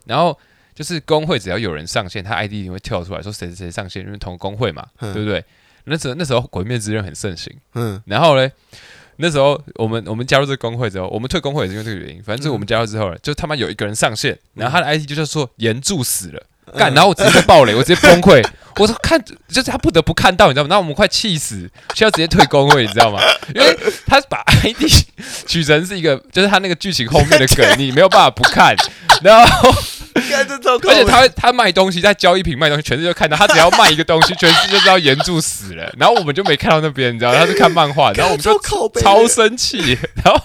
Speaker 1: 然后。就是工会，只要有人上线，他 ID 一定会跳出来说谁谁谁上线，因为同工会嘛，
Speaker 2: 嗯
Speaker 1: 对不对？那时候那时候《鬼灭之刃》很盛行，
Speaker 2: 嗯
Speaker 1: 然后嘞，那时候我们我们加入这个工会之后，我们退工会也是因为这个原因。反正就是我们加入之后呢，就他妈有一个人上线，然后他的 ID 就叫做岩柱死了。干，然后我直接被爆雷，我直接崩溃。我说看，就是他不得不看到，你知道吗？那我们快气死，需要直接退工会，你知道吗？ [laughs] 因为他把 ID 取成是一个，就是他那个剧情后面的梗，你没有办法不看。然后， [laughs]
Speaker 2: 干这超
Speaker 1: 而且他会他卖东西，在交易品卖东西，全世界都看到。他只要卖一个东西，全世界就知道岩柱死了。然后我们就没看到那边，你知道吗，他是看漫画，然后我们就
Speaker 2: 靠背
Speaker 1: 超生气， [laughs] 然后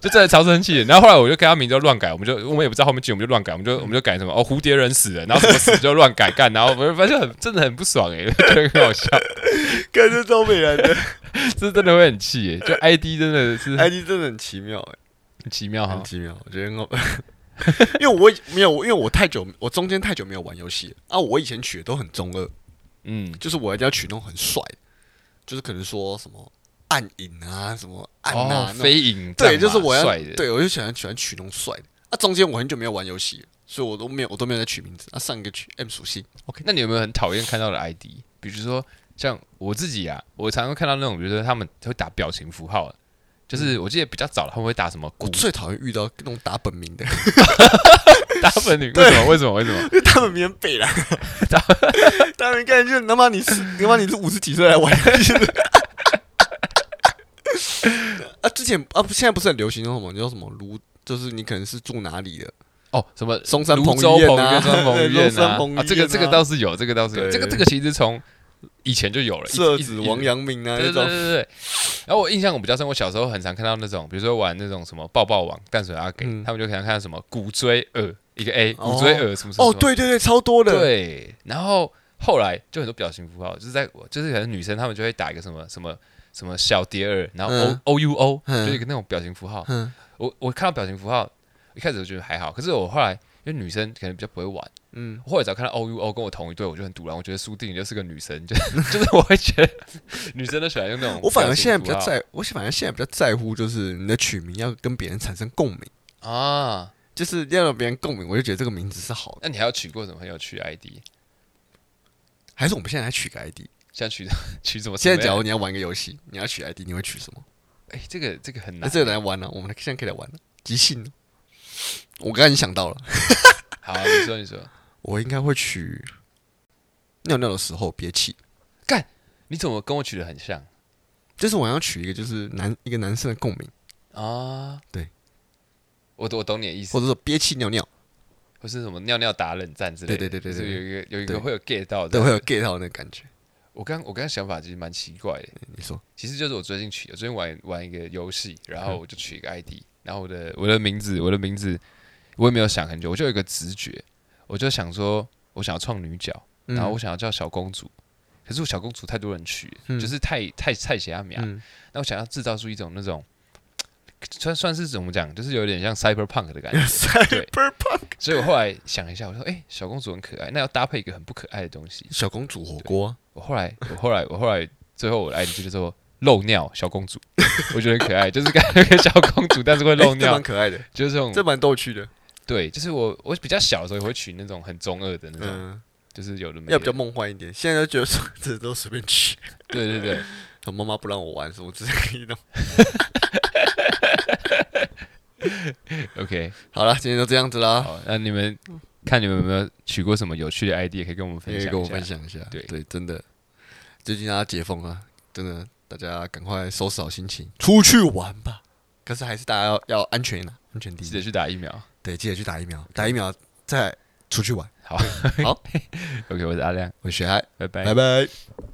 Speaker 1: 就真的超生气。然后后来我就跟他名字就乱改，我们就我们也不知道后面剧，我们就乱改，我们就我们就改什么哦蝴蝶人死了，然后什么死就乱改干，然后我们反正很真的很不爽哎、欸， [laughs] 觉得很好笑，
Speaker 2: 干这超美人的 [laughs]
Speaker 1: 这真的会很气哎、就 ID 真的是很
Speaker 2: ID 真的很奇妙哎、
Speaker 1: 奇妙哈
Speaker 2: 很，奇妙，我觉得很好。 [laughs] 因为我以没有，因为我太久，我中间太久没有玩游戏了啊。我以前取的都很中二，
Speaker 1: 嗯
Speaker 2: 就是我一定要取那种很帅的，就是可能说什么暗影啊，什么暗啊，
Speaker 1: 哦
Speaker 2: 那种
Speaker 1: 飞影
Speaker 2: 对，
Speaker 1: 战
Speaker 2: 就是
Speaker 1: 马
Speaker 2: 我要
Speaker 1: 帅的，
Speaker 2: 对我就喜欢喜欢取那种帅的。啊，中间我很久没有玩游戏了，所以我都没有我都没有在取名字。啊，上一个取 M 属性，
Speaker 1: 那你有没有很讨厌看到的 ID？比如说像我自己啊，我常常看到那种，比如说他们会打表情符号，就是我记得比较早他们会打什么
Speaker 2: 嗯我
Speaker 1: 鼓
Speaker 2: 最讨厌遇到那种打本名的，
Speaker 1: 打粉女，为什么为什么为什么？
Speaker 2: 因为 [laughs] 他们没人
Speaker 1: [laughs]
Speaker 2: 背了，他们干就他妈你是你他妈你是五十几岁来玩
Speaker 1: [laughs]
Speaker 2: 啊！之前啊，不现在不是很流行那种什么叫什么卢，就是你可能是住哪里的，
Speaker 1: 哦，什么
Speaker 2: 松山
Speaker 1: 泸
Speaker 2: 彭
Speaker 1: 州
Speaker 2: 于晏啊
Speaker 1: 彭山彭于
Speaker 2: 对
Speaker 1: 晏
Speaker 2: [laughs] 松
Speaker 1: 啊
Speaker 2: 山彭于晏
Speaker 1: 啊，
Speaker 2: 啊
Speaker 1: 这个这个倒是有，这个倒是有，
Speaker 2: 对
Speaker 1: 这个这个其实从以前就有了，
Speaker 2: [laughs] 社
Speaker 1: 一直
Speaker 2: 子王，阳明啊
Speaker 1: 一直对对对
Speaker 2: 那种，
Speaker 1: 对对。然后我印象我比较深，我小时候很常看到那种，比如说玩那种什么抱抱网、淡水阿给，
Speaker 2: 嗯
Speaker 1: 他们就可能看到什么骨椎耳一个 A，
Speaker 2: 哦
Speaker 1: 骨椎耳什么什么什么
Speaker 2: 哦，对对对，超多的，
Speaker 1: 对，然后后来就很多表情符号，就是在就是可能女生她们就会打一个什么什么什么小蝶耳，然后 O、
Speaker 2: 嗯
Speaker 1: O U O，
Speaker 2: 嗯
Speaker 1: 就是一个那种表情符号。
Speaker 2: 嗯
Speaker 1: 我我看到表情符号，一开始我觉得还好，可是我后来因为女生可能比较不会玩，
Speaker 2: 嗯，
Speaker 1: 或者只要看到 O U O 跟我同一队，我就很堵然，我觉得输定了就是个女生，就是 [laughs] 就是我会觉得 [laughs] 女生都喜欢用那种表情符号。
Speaker 2: 我反而现在比较在，
Speaker 1: 啊
Speaker 2: 我反而现在比较在乎就是你的取名要跟别人产生共鸣，
Speaker 1: 啊，
Speaker 2: 就是要让别人共鸣，我就觉得这个名字是好的。
Speaker 1: 那你还有取过什么很有趣的 ID？
Speaker 2: 还是我们现在来取个 ID？
Speaker 1: 像取 [laughs] 取什么？
Speaker 2: 现在假
Speaker 1: 讲
Speaker 2: 如你要玩一个游戏，你要取 ID，你会取什么？
Speaker 1: 哎，这个这个很
Speaker 2: 那
Speaker 1: 难。
Speaker 2: 这个来玩呢、我们现在可以来玩了、即兴哦、我刚才已经想到了，
Speaker 1: 好，啊你说你说，
Speaker 2: 我应该会取尿尿的时候憋气，
Speaker 1: 你怎么跟我取的很像？
Speaker 2: 就是我要取一个就是男一个男生的共鸣，
Speaker 1: 啊，
Speaker 2: 对，
Speaker 1: 我我懂你的意思，
Speaker 2: 或者说憋气尿尿，
Speaker 1: 或是什么尿尿达人战之类的，
Speaker 2: 对对对对
Speaker 1: 就是
Speaker 2: 对
Speaker 1: 有一个有一个
Speaker 2: 对
Speaker 1: 会有 get 到的，
Speaker 2: 对，会有 get 到那个感觉。
Speaker 1: 我刚我刚想法其实蛮奇怪的，
Speaker 2: 你说，
Speaker 1: 其实就是我最近取，我最近玩玩一个游
Speaker 2: [laughs]
Speaker 1: 戏，然后我就取一个 ID，然后我的我的名字我的名字我也没有想很久，我就有一个直觉，我就想说我想要创女角，
Speaker 2: 嗯
Speaker 1: 然后我想要叫小公主，可是我小公主太多人取了，
Speaker 2: 嗯
Speaker 1: 就是太太太写阿米啊，
Speaker 2: 嗯
Speaker 1: 那我想要制造出一种那种。算算是怎么讲，就是有点像 cyberpunk 的感觉，
Speaker 2: ，Cyberpunk
Speaker 1: 所以我后来想一下，我说，哎、小公主很可爱，那要搭配一个很不可爱的东西。
Speaker 2: [laughs] 小公主火锅啊，
Speaker 1: 我后来， [laughs] 我后来，我后来，最后我的 ID 就叫做漏尿小公主， [laughs] 我觉得很可爱，就是感觉个小公主，但是会
Speaker 2: 哎
Speaker 1: 漏
Speaker 2: [laughs] 这
Speaker 1: 尿嗯
Speaker 2: 蛮，可爱的，
Speaker 1: 就是这
Speaker 2: 这
Speaker 1: 种
Speaker 2: 蛮逗趣的，
Speaker 1: 对，就是我我比较小的时候也会取那种很中二的那种，
Speaker 2: 嗯，
Speaker 1: 就是有的没
Speaker 2: 要比较
Speaker 1: 的，
Speaker 2: 梦幻一点。现在就觉得说 [laughs] 这都随便取，
Speaker 1: 对对对，
Speaker 2: 我妈妈不让我玩，所以我只可以弄。
Speaker 1: OK，
Speaker 2: 好了，今天就这样子啦，
Speaker 1: 好，那你们看你们有没有取过什么有趣的 ID，也可以跟我们分
Speaker 2: 也
Speaker 1: 享
Speaker 2: 跟我
Speaker 1: 一
Speaker 2: 分
Speaker 1: 下。
Speaker 2: 享一下。
Speaker 1: 对
Speaker 2: 对，真的，最近大家解封了，真的，大家赶快收拾好心情，出去玩吧。可是还是大家要要安全啊，安全第
Speaker 1: 记得
Speaker 2: 一。
Speaker 1: 去打疫苗。
Speaker 2: 对，记得去打疫苗，打疫苗再出去玩。
Speaker 1: 好
Speaker 2: 好
Speaker 1: ，OK，我是阿亮， [laughs]
Speaker 2: 我是雪海，
Speaker 1: 拜拜
Speaker 2: 拜。拜。